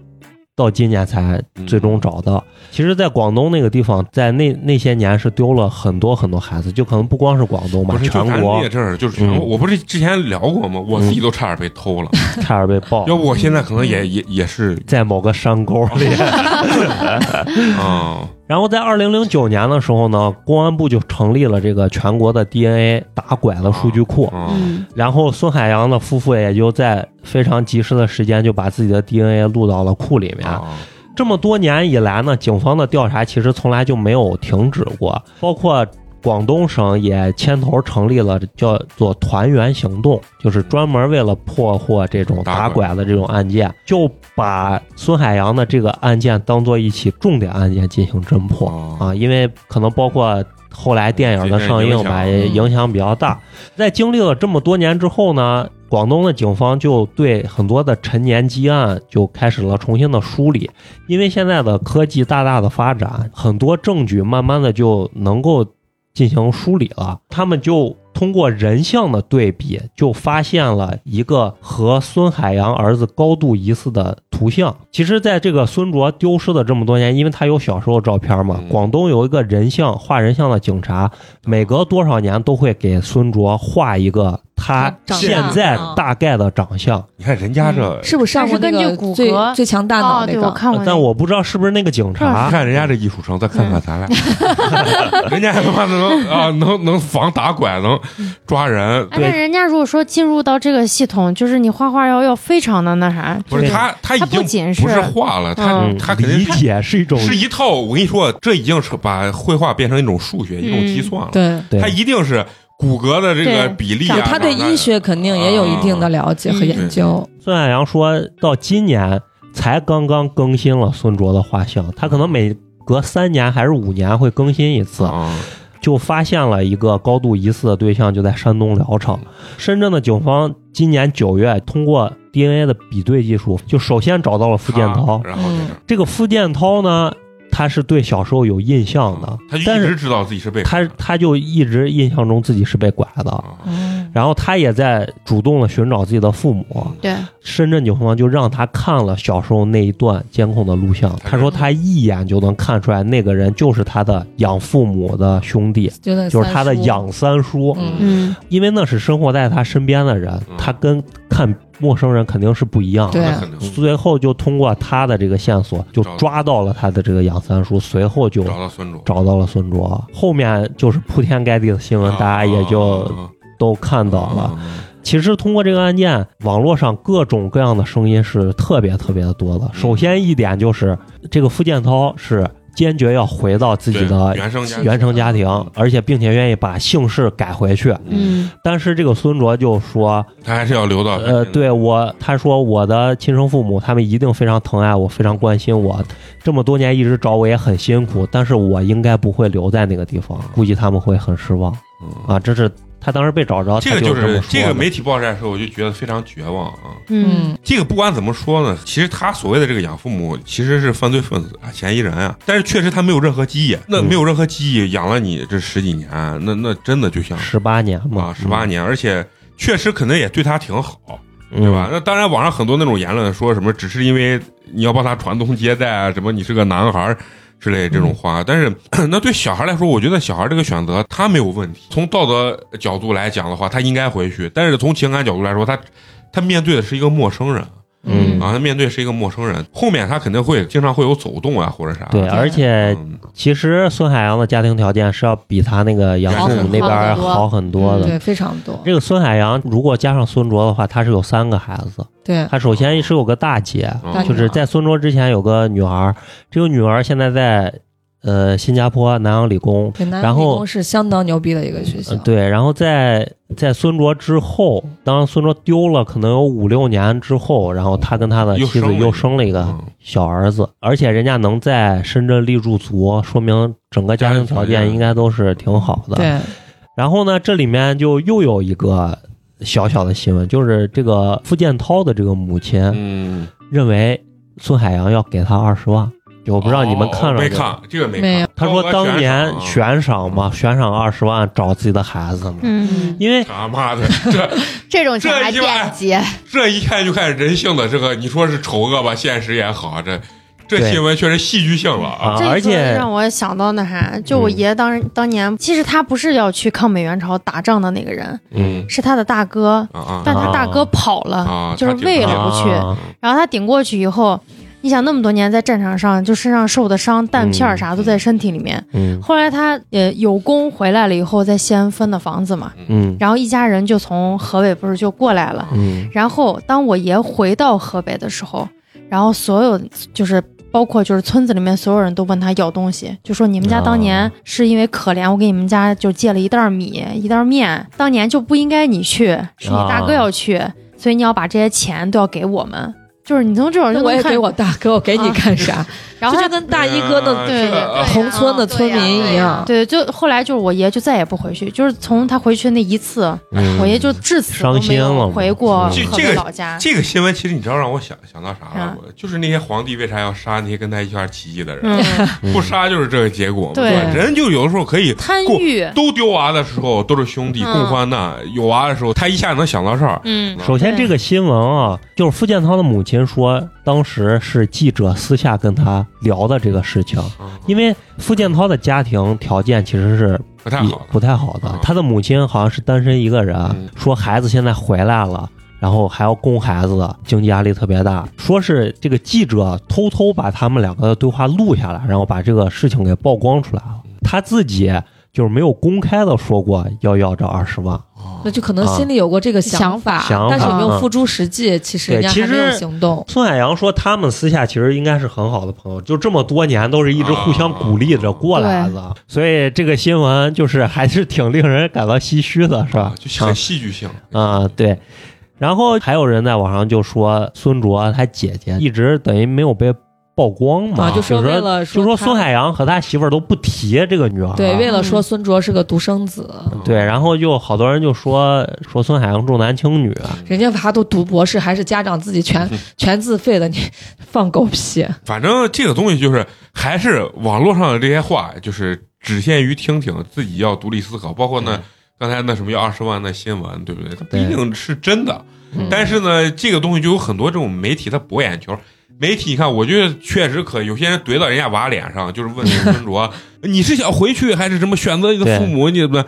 E: 到今年才
A: 嗯
E: 最终找到。其实，在广东那个地方，在那那些年是丢了很多很多孩子，就可能不光是广东吧
A: 不，是，就
E: 全
A: 咱
E: 国
A: 这这儿就是全国，
E: 嗯
A: 我不是之前聊过吗？我自己都差点被偷了，
E: <laughs> 差点被爆。
A: 要不我现在可能
E: 嗯
A: 也也也是
E: 在某个山沟
A: <laughs>
E: 里。嗯
A: 啊，
E: 然后在二零零九年的时候呢，公安部就成立了这个全国的 DNA 打拐的数据库。
A: 嗯
B: 嗯，
E: 然后孙海洋的夫妇也就在非常及时的时间就把自己的 DNA 录到了库里面。
A: 啊，
E: 这么多年以来呢，警方的调查其实从来就没有停止过，包括。广东省也牵头成立了叫做“团圆行动”，就是专门为了破获这种打拐的这种案件，就把孙海洋的这个案件当做一起重点案件进行侦破
A: 啊
E: 啊，因为可能包括后来电影的上映吧，
A: 这
E: 也影响比较大。在经历了这么多年之后呢，广东的警方就对很多的陈年积案就开始了重新的梳理，因为现在的科技大大的发展，很多证据慢慢的就能够进行梳理了。他们就通过人像的对比，就发现了一个和孙海洋儿子高度疑似的图像。其实，在这个孙卓丢失的这么多年，因为他有小时候照片嘛
A: 嗯，
E: 广东有一个人像画人像的警察，每隔多少年都会给孙卓画一个他
D: 长相
E: 现在大概的长相。
A: 你看人家
E: 呃嗯
A: 这，
D: 是不是上过那
C: 它是根
D: 个
C: 据骨骼
D: 最最强大
C: 哦
D: 脑那
F: 对，
D: 个？
F: 我看过那个，
E: 啊但我不知道是不是那个警
A: 你
E: 察，
A: 看人家这艺术生，再看
E: 嗯
A: 看咱俩， <laughs> 人家他妈的能
E: <laughs>
A: 啊，能能防打拐，能抓人，
C: 哎，那人家如果说进入到这个系统，就是你画画要要非常的那啥，
A: 不是
E: 对
A: 他他已
C: 他不
A: 经
C: 仅
A: 不是
C: 是
A: 画了，他
C: 嗯
E: 嗯，
A: 他肯定
E: 理
A: 是
E: 解是一种
A: 是一套。我跟你说，这已经是把绘画变成一种数学，一种计算了。
D: 对，
E: 嗯对
A: 他一定是骨骼的这个
C: 对
A: 比例
D: 就
A: 啊，
D: 他对
A: 哪哪
D: 医学肯定也有一定的
E: 哦
D: 了解
C: 嗯
D: 和研究。
E: 孙海洋说到今年才刚刚更新了孙卓的画像，他可能每隔三年还是五年会更新一次，
A: 啊，
E: 就发现了一个高度疑似的对象，就在山东聊城。深圳的警方今年九月通过 DNA 的比对技术，就首先找到了付建涛
A: 他。啊然后在这儿
E: 这个付建涛呢，他是对小时候有印象的，
A: 嗯他就
E: 嗯但
A: 一
E: 是
A: 直知道自己是被
E: 他他就一直印象中自己是被拐的，
A: 啊
D: 嗯
E: 然后他也在主动的寻找自己的父母。
B: 对，
E: 深圳警方就让他看了小时候那一段监控的录像，他说他一眼就能看出来那个人就是他的养父母的兄弟，
D: 就那
E: 就是他的
D: 三叔
E: 养三叔，
D: 嗯
B: 嗯，
E: 因为那是生活在他身边的人
A: 嗯，
E: 他跟看陌生人肯定是不一样的。
D: 对
A: 啊那肯定
E: 随后就通过他的这个线索，就抓到了他的这个养三叔，随后就
A: 找到孙主，
E: 找到了孙卓。后面就是铺天盖地的新
A: 啊
E: 闻，大家也就
A: 哦
E: 都看到了。其实通过这个案件，网络上各种各样的声音是特别特别的多的。首先一点就是，这个付建涛是坚决要回到自己的
A: 对原生家庭
E: 原生家庭，嗯而且并且愿意把姓氏改回去。
B: 嗯，
E: 但是这个孙卓就说
A: 他还是要留到：“
E: 呃，对我，他说我的亲生父母他们一定非常疼爱我，非常关心我，这么多年一直找我也很辛苦，但是我应该不会留在那个地方，估计他们会很失望
A: 嗯，
E: 啊。”这是他当时被找着，
A: 这个
E: 他就这
A: 是
E: 么
A: 这
E: 说
A: 个
E: 的
A: 媒体爆出来的时候，我就觉得非常绝望啊。
C: 嗯，
D: 嗯，
A: 这个不管怎么说呢，其实他所谓的这个养父母其实是犯罪分子啊、嫌疑人啊，但是确实他没有任何记忆，啊那
E: 嗯
A: 没有任何记忆养了你这十几年，那那真的就像
E: 十八年
A: 嗯
E: 嘛
A: 啊，十八年，而且确实可能也对他挺好，
E: 嗯
A: 对吧？那当然，网上很多那种言论说什么，只是因为你要帮他传宗接代啊，什么你是个男孩儿，之类
E: 嗯
A: 这种话。但是 <clears throat> 那对小孩来说，我觉得小孩这个选择他没有问题。从道德角度来讲的话，他应该回去；但是从情感角度来说，他他面对的是一个陌生人
E: 嗯
A: 啊，他面对是一个陌生人，后面他肯定会经常会有走动啊或者啥。
E: 对，哎而且
A: 嗯，
E: 其实孙海洋的家庭条件是要比他那个杨父母那边儿好很多的。
D: 嗯对，非常多。
E: 这个孙海洋如果加上孙卓的话，他是有三个孩子。
D: 对，
E: 他首先是有个大姐，
D: 大
A: 嗯
D: 姐
E: 就是在孙卓之前有个女儿，这个女儿现在在呃新加坡南洋理工，
D: 对，南
E: 然后
D: 理工是相当牛逼的一个学校
E: 呃。对，然后在在孙卓之后，当孙卓丢了可能有五六年之后，然后他跟他的
A: 又
E: 妻
A: 生了
E: 子
A: 一个
E: 又生了一个
A: 嗯
E: 小儿子，而且人家能在深圳立住足，说明整个家庭条
A: 家庭条
E: 件
A: 件
E: 应该都是挺好的。
D: 对，
E: 然后呢，这里面就又有一个小小的新闻，就是这个付建涛的这个母亲
A: 嗯，
E: 认为孙海洋要给他二十万，就哦我不知道你们看了
A: 哦没
E: 没。
A: 看这个没
D: 没
A: 看。
D: 有
E: 他说当年
A: 选啊
E: 悬赏啊嘛，悬赏二十万找自己的孩子呢，
B: 嗯
C: 嗯，
E: 因为
A: 他妈的，这
B: 这种钱还
A: 这意呃外
B: 惦记，
A: 这一看就看人性的这个，你说是丑恶吧，现实也好，啊这这
E: 对
A: 新闻确实戏剧性了
E: 啊
A: 啊。
C: 这
E: 而
C: 一说
E: 且
C: 让我想到那啥，就我
E: 嗯
C: 爷当当年，其实他不是要去抗美援朝打仗的那个人，
E: 嗯
C: 是他的大哥，
A: 啊啊
C: 但他大哥
E: 啊
C: 跑了，
A: 啊，
C: 就是
A: 他
C: 为
A: 顶不
C: 了不去
E: 啊
C: 然后他顶过去以后，你想那么多年在战场上，就身上受的伤、弹片儿啥都在身体里面。
E: 嗯
C: 后来他呃有功回来了以后，在西安分的房子嘛，
E: 嗯
C: 然后一家人就从河北不是就过来了。
E: 嗯
C: 然后当我爷回到河北的时候，然后所有就是包括就是村子里面所有人都问他要东西，就说你们家当年
E: 啊
C: 是因为可怜，我给你们家就借了一袋米一袋面，当年就不应该你去，是你大哥要去，
E: 啊
C: 所以你要把这些钱都要给我们。就是你从这种就
D: 那我
C: 能
D: 也
C: 看啊
D: 给，我大哥，我给你干啥？
C: <laughs> 然后
D: 这
C: 他
D: 就跟大衣哥的
C: 对对
A: 啊
D: 同村的村民一样，
C: 对，就后来就是我爷就再也不回去，就是从他回去那一次，
E: 嗯
C: 我爷就至此
E: 伤
C: 都没
E: 心了
C: 有
E: 嘛嗯
C: 回过
E: 这
C: 河
A: 这
C: 北
A: 个
C: 老家。
A: 这个新闻其实你知道让我想想到啥了
C: 啊？
A: 我就是那些皇帝为啥要杀那些跟他一块儿起义的人？
C: 嗯，
A: 不杀就是这个结果嘛。
C: 对
A: 吧人就有的时候可以
C: 贪
A: 过
C: 欲，
A: 都丢娃的时候都是兄弟
C: 嗯
A: 共患难，有娃的时候他一下能想到事儿。
C: 嗯
E: 首先，
C: 对
E: 这个新闻啊，就是付建涛的母亲说，当时是记者私下跟他聊的这个事情，因为付建涛的家庭条件其实是
A: 不太
E: 比
A: 好。
E: 不太好的
A: 啊，
E: 他的母亲好像是单身一个人，啊
A: 嗯
E: 说孩子现在回来了。然后还要供孩子，经济压力特别大。说是这个记者偷偷把他们两个的对话录下来，然后把这个事情给曝光出来了。他自己就是没有公开的说过要要这二十万，
D: 那就可能心里有过这个法，
E: 想法
D: 但是有没
E: 嗯
D: 有付诸实际，其实
E: 对
D: 人家还没
E: 其
D: 有
E: 实
D: 行动。
E: 孙海洋说，他们私下其实应该是很好的朋友，就这么多年都是一直互相鼓励着过来的，啊所以这个新闻就是还是挺令人感到唏嘘的，是吧
A: 啊？就很戏剧性
E: 啊、啊，对。然后还有人在网上就说，孙卓他姐姐一直等于没有被曝光嘛，
D: 啊就
E: 就是
D: 说为了
E: 就
D: 说
E: 说
D: 他
E: 孙海洋和他媳妇儿都不提这个女儿，
D: 对，为了说
C: 嗯
D: 孙卓是个独生子，
E: 对，然后就好多人就说说孙海洋重男轻女，啊
A: 嗯
D: 人家娃都读博士，还是家长自
E: <laughs>
D: 己全全自费的，你 <laughs> 放狗屁！
A: 反正这个东西就是还是网络上的这些话，就是只限于听听，自己要独立思考。包括呢，刚才那什么要二十万的新闻，对不嗯对？它不一定是真的，
E: 嗯
A: 但是呢，这个东西就有很多这种媒体它博眼球。媒体，你看，我觉得确实可以。有些人怼到人家娃脸上，就是问孙 <laughs> 卓，你是想回去还是什么选择一个父母？你怎么？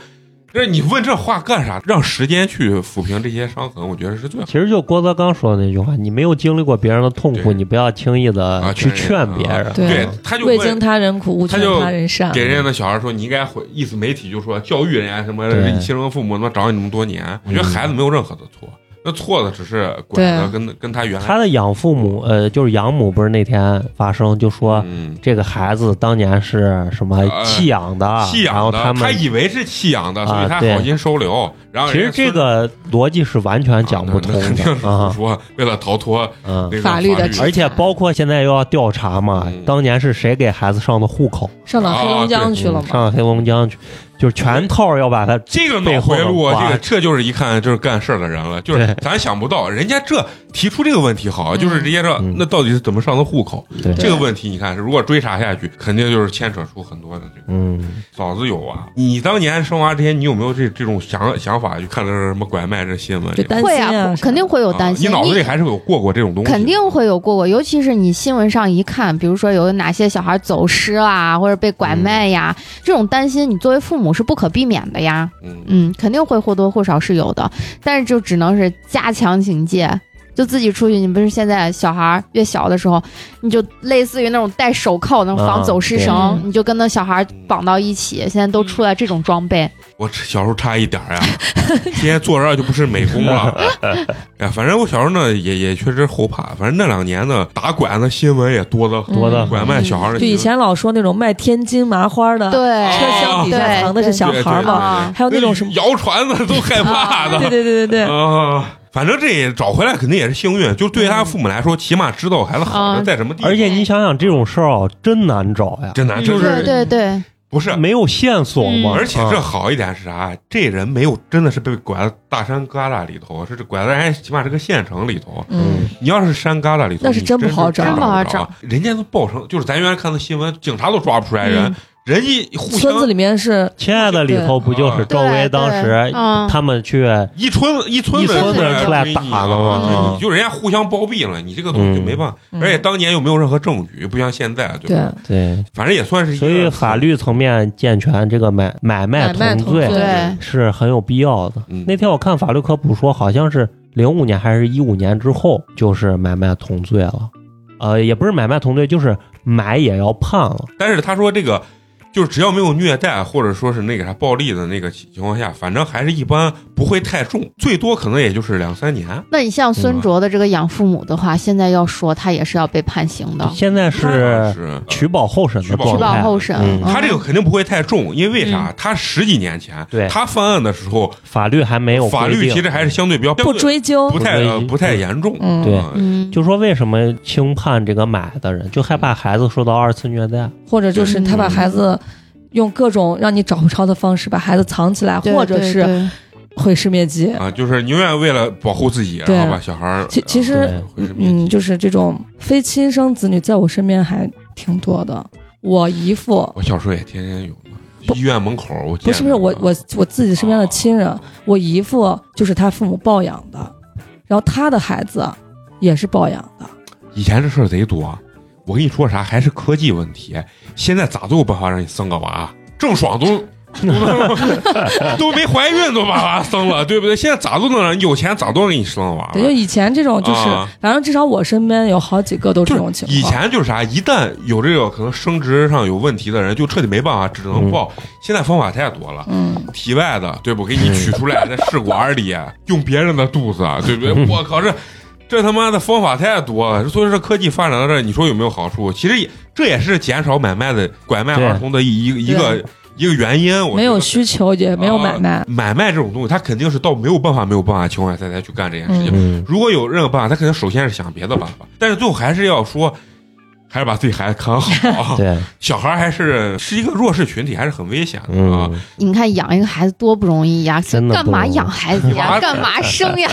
A: 就是你问这话干啥？让时间去抚平这些伤痕，我觉得是 <laughs> 最好。
E: 其实就郭德纲说的那句话，你没有经历过别人的痛苦，
A: 对
E: 你不要轻易
A: 啊
E: 的去劝别人。
D: 对
A: 对，他就
D: 未
A: 问
D: 经他人苦，勿劝
A: 他就
D: 他人善。
A: 给人家的小孩说你应该回，意思媒体就说教育人家什么
E: 对
A: 亲生父母他妈找你那么多年，我觉得孩子没有任何的错，那错的只是拐的跟跟他原来
E: 他的养父母，呃，就是养母，不是那天发生，就说
A: 嗯
E: 这个孩子当年是什么
A: 呃
E: 弃养的，
A: 弃
E: 啊然
A: 养
E: 后
A: 的，
E: 他们
A: 以为是弃养的，
E: 啊
A: 所以他
E: 对
A: 好心收留，然后
E: 其实
A: 人家孙
E: 这个逻辑是完全讲不通
A: 啊那肯定是
E: 的
A: 胡
E: 啊，
A: 说，为了逃脱
E: 嗯
A: 那。个
D: 法律
A: 律
D: 的制裁
E: 而且包括现在又要调查嘛
A: 嗯，
E: 当年是谁给孩子上的户口，
A: 啊
E: 嗯
D: 上到黑龙江去了
E: 上
D: 嘛？
E: 到黑龙江去，就是全套要把它
A: 这个
E: 背
A: 脑
E: 后
A: 回
E: 的
A: 路啊，
E: 瓜
A: 这个这就是一看就是干事儿的人了，就是
E: 对
A: 咱想不到，人家这提出这个问题好，啊就是直接说
E: 嗯
A: 那到底是怎么上的户口？
E: 对
A: 这个问题你看，如果追查下去，肯定就是牵扯出很多的这个。
E: 嗯，
A: 嫂子有啊，你当年生娃之前，你有没有这这种想想法？就看到什么拐卖这新闻这
D: 就
A: 种，
D: 担
B: 会
D: 心
B: 啊，肯定会有担心。
A: 啊你脑子里还是有过过这种东西，
B: 肯定会有过过，尤其是你新闻上一看，比如说有哪些小孩走失啦，或者被拐卖呀，这种担心你作为父母是不可避免的呀。
A: 嗯。
B: 嗯，肯定会或多或少是有的，但是就只能是加强警戒。就自己出去，你不是现在小孩儿越小的时候，你就类似于那种戴手铐那种防
E: 啊
B: 走失
E: 对
B: 绳，
D: 嗯
B: 你就跟那小孩儿绑到一起。现在都出来这种装备，
A: 我小时候差一点儿呀，今天坐这儿就不是美工
D: <laughs>
A: 了。哎，反正我小时候呢，也也确实后怕。反正那两年呢，打拐的新闻也多的，
E: 多的
A: 拐卖小孩的
D: 就
A: 新闻。
D: 嗯以前老说那种卖天津麻花的，
B: 对，
A: 车厢
D: 啊底下
B: 对
D: 藏的是小
A: 对
D: 孩儿嘛
B: 啊
D: 还有那种什么
A: 谣传的都害怕的。
D: 对对对对对，
A: 啊，反正这找回来肯定也是幸运，就对他父母来说，起码知道孩子好
D: 啊
A: 的
C: 嗯
A: 在什么地方
E: 而。且你想想这种事儿啊，真难找呀，
A: 真
D: 嗯
A: 难，就
B: 对
A: 是
B: 对对，
A: 不是，嗯
E: 没有线索嘛，
A: 而且
E: 啊
A: 这好一点是啥？这人没有真的是被拐到大山旮旯里头，是拐到人家起码是个县城里头。
D: 嗯，
A: 你要是山旮旯里头，
D: 那是
A: 你
D: 真
A: 真
D: 不好
A: 是
D: 找
A: 真
C: 真不好
A: 找。人家都报成，就是咱原来看的新闻，警察都抓不出来人
C: 嗯，
A: 人家互
D: 村子
A: 相
D: 里面是
E: 亲爱的里头不就是赵薇当时
C: 嗯，
E: 他们去
A: 一村一村
E: 一
A: 子
E: 村
A: 人
E: 子人
A: 出
E: 出来
A: 追
E: 打
A: 你
E: 了嘛啊
A: 你？啊就人家互相包庇了，你这个东西就没办法。
D: 嗯
A: 而且当年又没有任何证据，不像现在，对
D: 对
A: 吧？
E: 对，
A: 反正也算是一个
E: 所以法律层面健全这个买买卖
D: 买卖
E: 同
D: 同
E: 罪
D: 罪
B: 对
E: 是很有必要的。
A: 嗯
E: 那天我看法律科普说，好像是零五年还是一五年之后，就是买卖同罪了。呃，也不是买卖同罪，就是买也要判了。
A: 但是他说这个，就是只要没有虐待或者说是那个啥暴力的那个情况下，反正还是一般不会太重，最多可能也就是两三年。
B: 那你像孙
A: 嗯
B: 卓的这个养父母的话，现在要说他也是要被判刑的，
E: 现在
A: 是啊
E: 是取保候审的
A: 取保
B: 哦
E: 状
B: 取保
E: 态，
B: 候审。
E: 嗯
B: 嗯
A: 他这个肯定不会太重，因为啥？他十几年前，
E: 对
A: 他犯案的时候，
E: 法律还没有
A: 法律
E: 规定
A: 其实还是相对比较
D: 不追究
A: 不，太
E: 不追
A: 呃不太严重。
D: 嗯
E: 对
A: 嗯
B: 嗯，
E: 就说为什么轻判这个买的人，就害怕孩子受到二次虐待。
D: 或者就是他把
B: 嗯
D: 孩子用各种让你找不着的方式把孩子藏起来，
B: 对
D: 或者
B: 对
D: 是
B: 对
D: 毁尸灭迹。
A: 啊，就是宁愿为了保护自己，
D: 对
A: 然后把小孩儿
D: 其其实
E: 对
A: 呃毁尸灭
D: 嗯，
A: 迹。
D: 就是这种非亲生子女，在我身边还挺多的。我姨父
A: 我小时候也天天有呢，
D: 不
A: 医院门口我
D: 不
A: 见
D: 是不是
A: 着
D: 我
A: 呢
D: 我我自己身边的亲人
A: 啊，
D: 我姨父就是他父母抱养的，然后他的孩子也是抱养的。
A: 以前这事儿贼多，啊我跟你说啥，还是科技问题。现在咋都有办法让你生个娃，啊郑爽都都都没怀孕都把娃生了，对不对？现在咋都能让你有钱，咋都能给你生个娃
D: 对，就以前这种就是
A: 啊，
D: 反正至少我身边有好几个都是
A: 就
D: 这
A: 是
D: 种情况。
A: 以前就是啥，一旦有这个可能生殖上有问题的人，就彻底没办法，只能抱。现在方法太多了，
D: 嗯，
A: 体外的，对不？给你取出来，在试管里啊用别人的肚子，啊对不
E: <laughs>
A: 对？我靠，这这他妈的方法太多了。所以说科技发展到这儿，你说有没有好处？其实也这也是减少买卖的拐卖
E: 对
A: 儿童的一一个一个一个原因。我
D: 没有
A: 觉得
D: 需求也没有买卖，
A: 啊买卖这种东西，他肯定是到没有办法、没有办法的情况下，他才去干这件事情。
E: 嗯，。
A: 如果有任何办法，他肯定首先是想别的办法，但是最后还是要说，还是把自己孩子看好
B: 啊
E: 对，
A: 小孩还是是一个弱势群体，还是很危险的啊。
E: 嗯，
B: 你看养一个孩子多不容易呀，
E: 真的
B: 干
E: 不
B: 嘛
E: 容易
B: 养孩子
A: 你娃 <laughs>
B: 呀？干嘛生
E: <laughs>
B: 呀？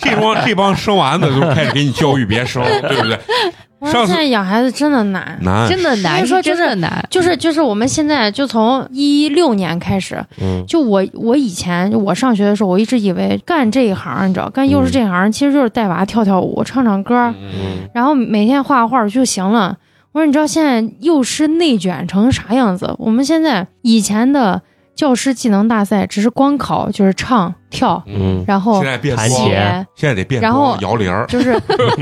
A: 这帮这帮生完的都开始给你教育
C: <laughs>
A: 别生，对不对？
C: 我说
A: 上次
C: 现在养孩子真的难，
E: 嗯
A: 难，
B: 真的
C: 所
B: 难，
C: 以说
B: 是
C: 就
B: 真的难。
C: 就是就是我们现在就从一六年开始，
E: 嗯
C: 就我我以前我上学的时候，我一直以为干这一行，你知道，干幼师这行其实就是带娃跳跳舞、唱唱歌，
A: 嗯，
C: 然后每天画画就行了。我说你知道现在幼师内卷成啥样子？我们现在以前的教师技能大赛只是光考，就是唱跳，
A: 嗯
E: 嗯，
C: 然后
A: 现在变
E: 弹
A: 光，
E: 琴
C: 写，
A: 现在得变
C: 然后
A: 光摇铃儿，
C: 就是 <laughs>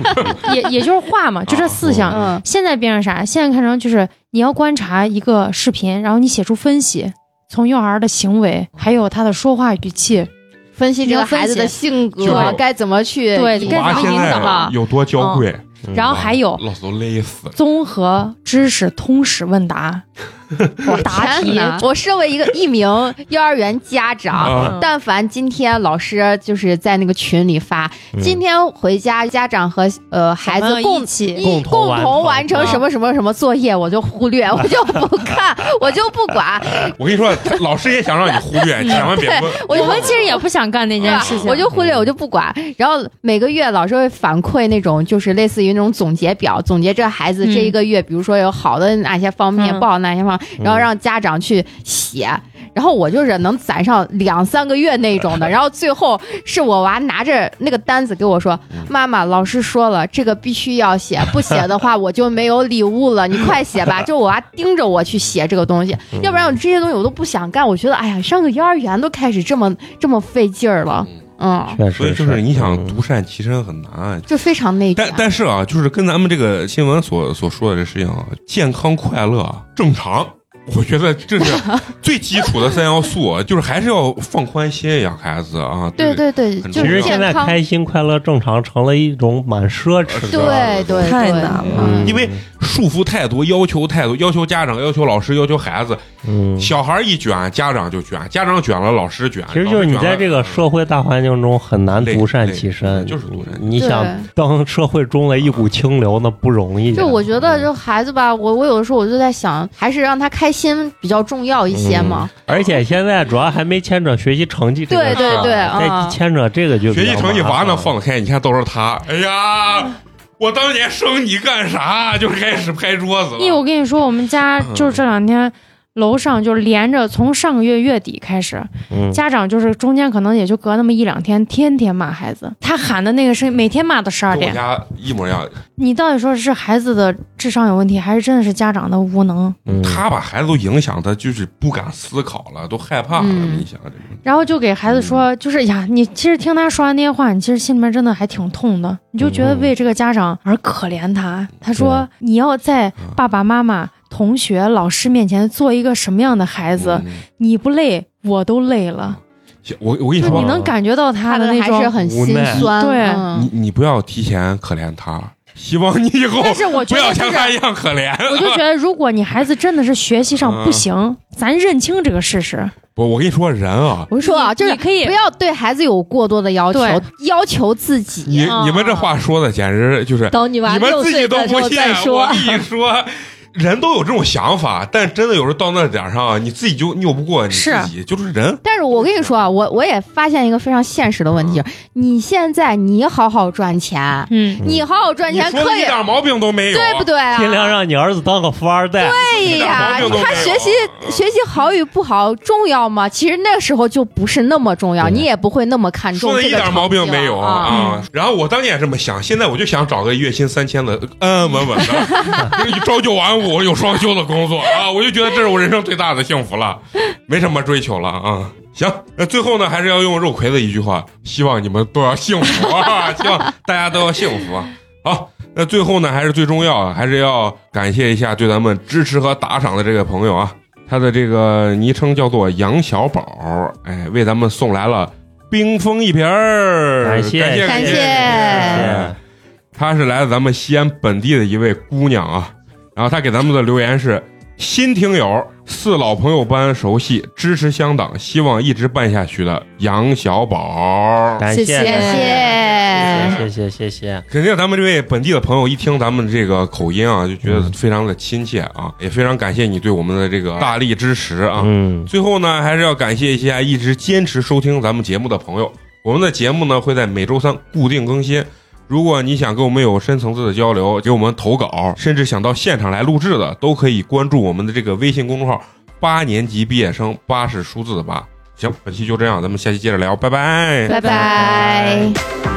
C: 也也就是画嘛，
A: 哦
C: 就这四项。
B: 嗯，
C: 现在变成啥？现在看成就是你要观察一个视频，然后你写出分析，从幼儿的行为，还有他的说话语气，
B: 分析这嗯个孩子的
C: 分
B: 性
A: 就是
B: 格，该怎么去
C: 对
B: 引
C: 该
A: 娃
C: 怎
B: 导
C: 么
A: 现
C: 引
B: 引
A: 在
B: 导
C: 导？
A: 有多娇贵，啊
E: 嗯
C: 然后还有
A: 老子都勒死。
C: 综合知识通识问答，答
B: 天
C: 题
B: 哪啊我身为一个一名幼儿园家长，
E: 嗯
A: 啊，
B: 但凡今天老师就是在那个群里发，
E: 嗯
B: 今天回家家长和呃孩
C: 我们
B: 子
C: 要
B: 共
C: 一。起
E: 共
B: 一
E: 同
B: 共
E: 完
B: 同
E: 成啊
B: 完成什么什么什么作业，我就忽略，我就不看，我就不管， <laughs>
A: 我跟你说， <laughs> 老师也想让你忽略，千
C: <laughs>
A: 万别问。
B: 我就
C: 我们其实也不想干那件事
B: 啊
C: 情，
B: 我就忽略，我就不管。然后每个月老师会反馈那种，就是类似于那种总结表，总结这孩子这一个月，比如说有好的哪些方面，
C: 嗯
B: 不好的哪些方面，然后让家长去写。然后我就是能攒上两三个月那种的，然后最后是我娃拿着那个单子给我说：“妈妈，老师说了，这个必须要写，不写的话我就没有礼物了，你快写吧。”就我娃盯着我去写这个东西，要不然我这些东西我都不想干。我觉得，哎呀，上个幼儿园都开始这么这么费劲儿了。嗯，
E: 确实，
A: 所以就是你想
E: 嗯
A: 独善其身很难。啊
C: 啊
B: 就非常内
A: 但
B: 卷。
A: 但是啊，就是跟咱们这个新闻所所说的这事情啊，健康、快乐、正常，我觉得这是最基础的三要素，啊就是还是要放宽心养孩子啊。
B: 对对对，
A: 很
B: 就
E: 其
A: 重
E: 实
B: 是
A: 要
E: 现
B: 健
E: 在
B: 康，
E: 开心快乐正常成了一种蛮奢侈的，
B: 对对，
D: 太
B: 对
D: 难了
B: 嗯
A: 因为束缚太多，要求太多，要求家长，要求老师，要求孩子，
E: 嗯，
A: 小孩一卷，家长就卷，家长卷了，老师卷。
E: 其实就是你在这个社会大环境中很难
A: 累
E: 独善
A: 累
E: 其身，
A: 就是独善其身
E: 你
B: 对
E: 想当社会中的一股清流，那不容易。啊
B: 就我觉得，就孩子吧，我我有的时候我就在想，还是让他开心比较重要一些嘛。
A: 嗯
E: 而且现在主要还没牵扯学习成绩这个
B: 对
E: 事
B: 对
E: 儿，
B: 对
E: 再
B: 啊，
E: 牵扯这个就
A: 学习成绩娃
E: 完
A: 能放得开，你看到时候他，哎呀，我当年生你干啥？就开始拍桌子
C: 咦，哎我
A: 了。
C: 跟你说，我们家就是这两天。楼上就是连着从上个月月底开始，
E: 嗯，
C: 家长就是中间可能也就隔那么一两天，天天骂孩子。他喊的那个声音，每天骂到十二
A: 跟我
C: 点。
A: 家一模一样，
C: 你到底说是孩子的智商有问题，还是真的是家长的无能？
E: 嗯
A: 他把孩子都影响的，就是不敢思考了，都害怕了。
B: 嗯
A: 你想这个，
C: 然后就给孩子
A: 嗯
C: 说，就是呀，你其实听他说完那些话，你其实心里面真的还挺痛的，你就觉
A: 嗯
C: 得为这个家长而可怜他。他说，你要在
A: 嗯
C: 爸爸妈妈、同学、老师面前做一个什么样的孩子，
A: 嗯
C: 你不累，我都累了。
A: 行我我跟你
C: 就
A: 说
C: 你
A: 啊，哦
C: 能感觉到他
B: 看
C: 的
B: 的
C: 那
B: 还是
C: 种。
B: 很
E: 无
B: 心
E: 奈
B: 酸。
C: 对
B: 嗯
A: 你你不要提前可怜他，希望你以后
C: 但是我觉
A: 不
C: 得
A: 要
C: 就
A: 像
C: 是
A: 他一样可怜。
C: 我就觉得，如果你孩子真的是学习上不
A: 嗯
C: 行，咱认清这个事实。
A: 不，我跟你说，人啊，
B: 我说啊，
C: 你
B: 就是
C: 你可以
B: 不要对孩子有过多的要求
C: 对，
B: 要求自
A: 你
B: 己。
A: 你们这话说的简直就是
D: 等你娃
A: 你们
D: 六
A: 自己
D: 岁
A: 都
D: 的时
A: 不
D: 候
A: 信
D: 再，
A: 我
D: 说。
A: 跟你说，人都有这种想法，但真的有时候到那点儿上，你自己就拗不过你自己，就是人。
B: 但是我跟你说啊，我我也发现一个非常现实的问题，你现在你好好赚钱，
C: 嗯，
B: 你好好赚
A: 你
B: 钱
A: 说
B: 可
A: 的一
B: 以，
A: 点毛病都没有，啊
B: 对不对啊？
E: 尽量让你儿子当个富二代，
B: 对哎呀，
A: 一点毛病都没有
B: 他学习学习好与不好重要吗？其实那时候就不是那么重要，
E: 对
B: 你也不会那么看重
A: 说的
B: 这
A: 一
B: 个
A: 点
B: 成
A: 毛病没有
B: 啊。
A: 啊！然后我当年也这么想，现在我就想找个月薪三千的，安安稳稳的，朝九晚五，有双休的工作啊！我就觉得这是我人生最大的幸福了，没什么追求了啊！行，那最后呢，还是要用肉葵的一句话，希望你们都要幸福啊！希望大家都要幸福啊！好，那最后呢，还是最重要啊，还是要感谢一下对咱们支持和打赏的这个朋友啊，他的这个昵称叫做杨小宝，哎，为咱们送来了冰封一瓶儿，
E: 感谢
A: 谢
B: 感谢
A: 谢他是来自咱们西安本地的一位姑娘啊，然后她给咱们的留言是。新听友似老朋友般熟悉，支持相党，希望一直办下去的杨小宝，
E: 感
D: 谢
E: 谢
D: 谢
B: 谢谢。
E: 谢谢谢谢，
A: 肯定咱们这位本地的朋友一听咱们这个口音啊，就觉得非常的亲切啊，也非常感谢你对我们的这个大力支持啊。
E: 嗯，
A: 最后呢，还是要感谢一下一直坚持收听咱们节目的朋友。我们的节目呢会在每周三固定更新。如果你想跟我们有深层次的交流，给我们投稿，甚至想到现场来录制的，都可以关注我们的这个微信公众号“八年级毕业生”，八是数字的八。行，本期就这样，咱们下期接着聊，拜拜。
B: 拜拜。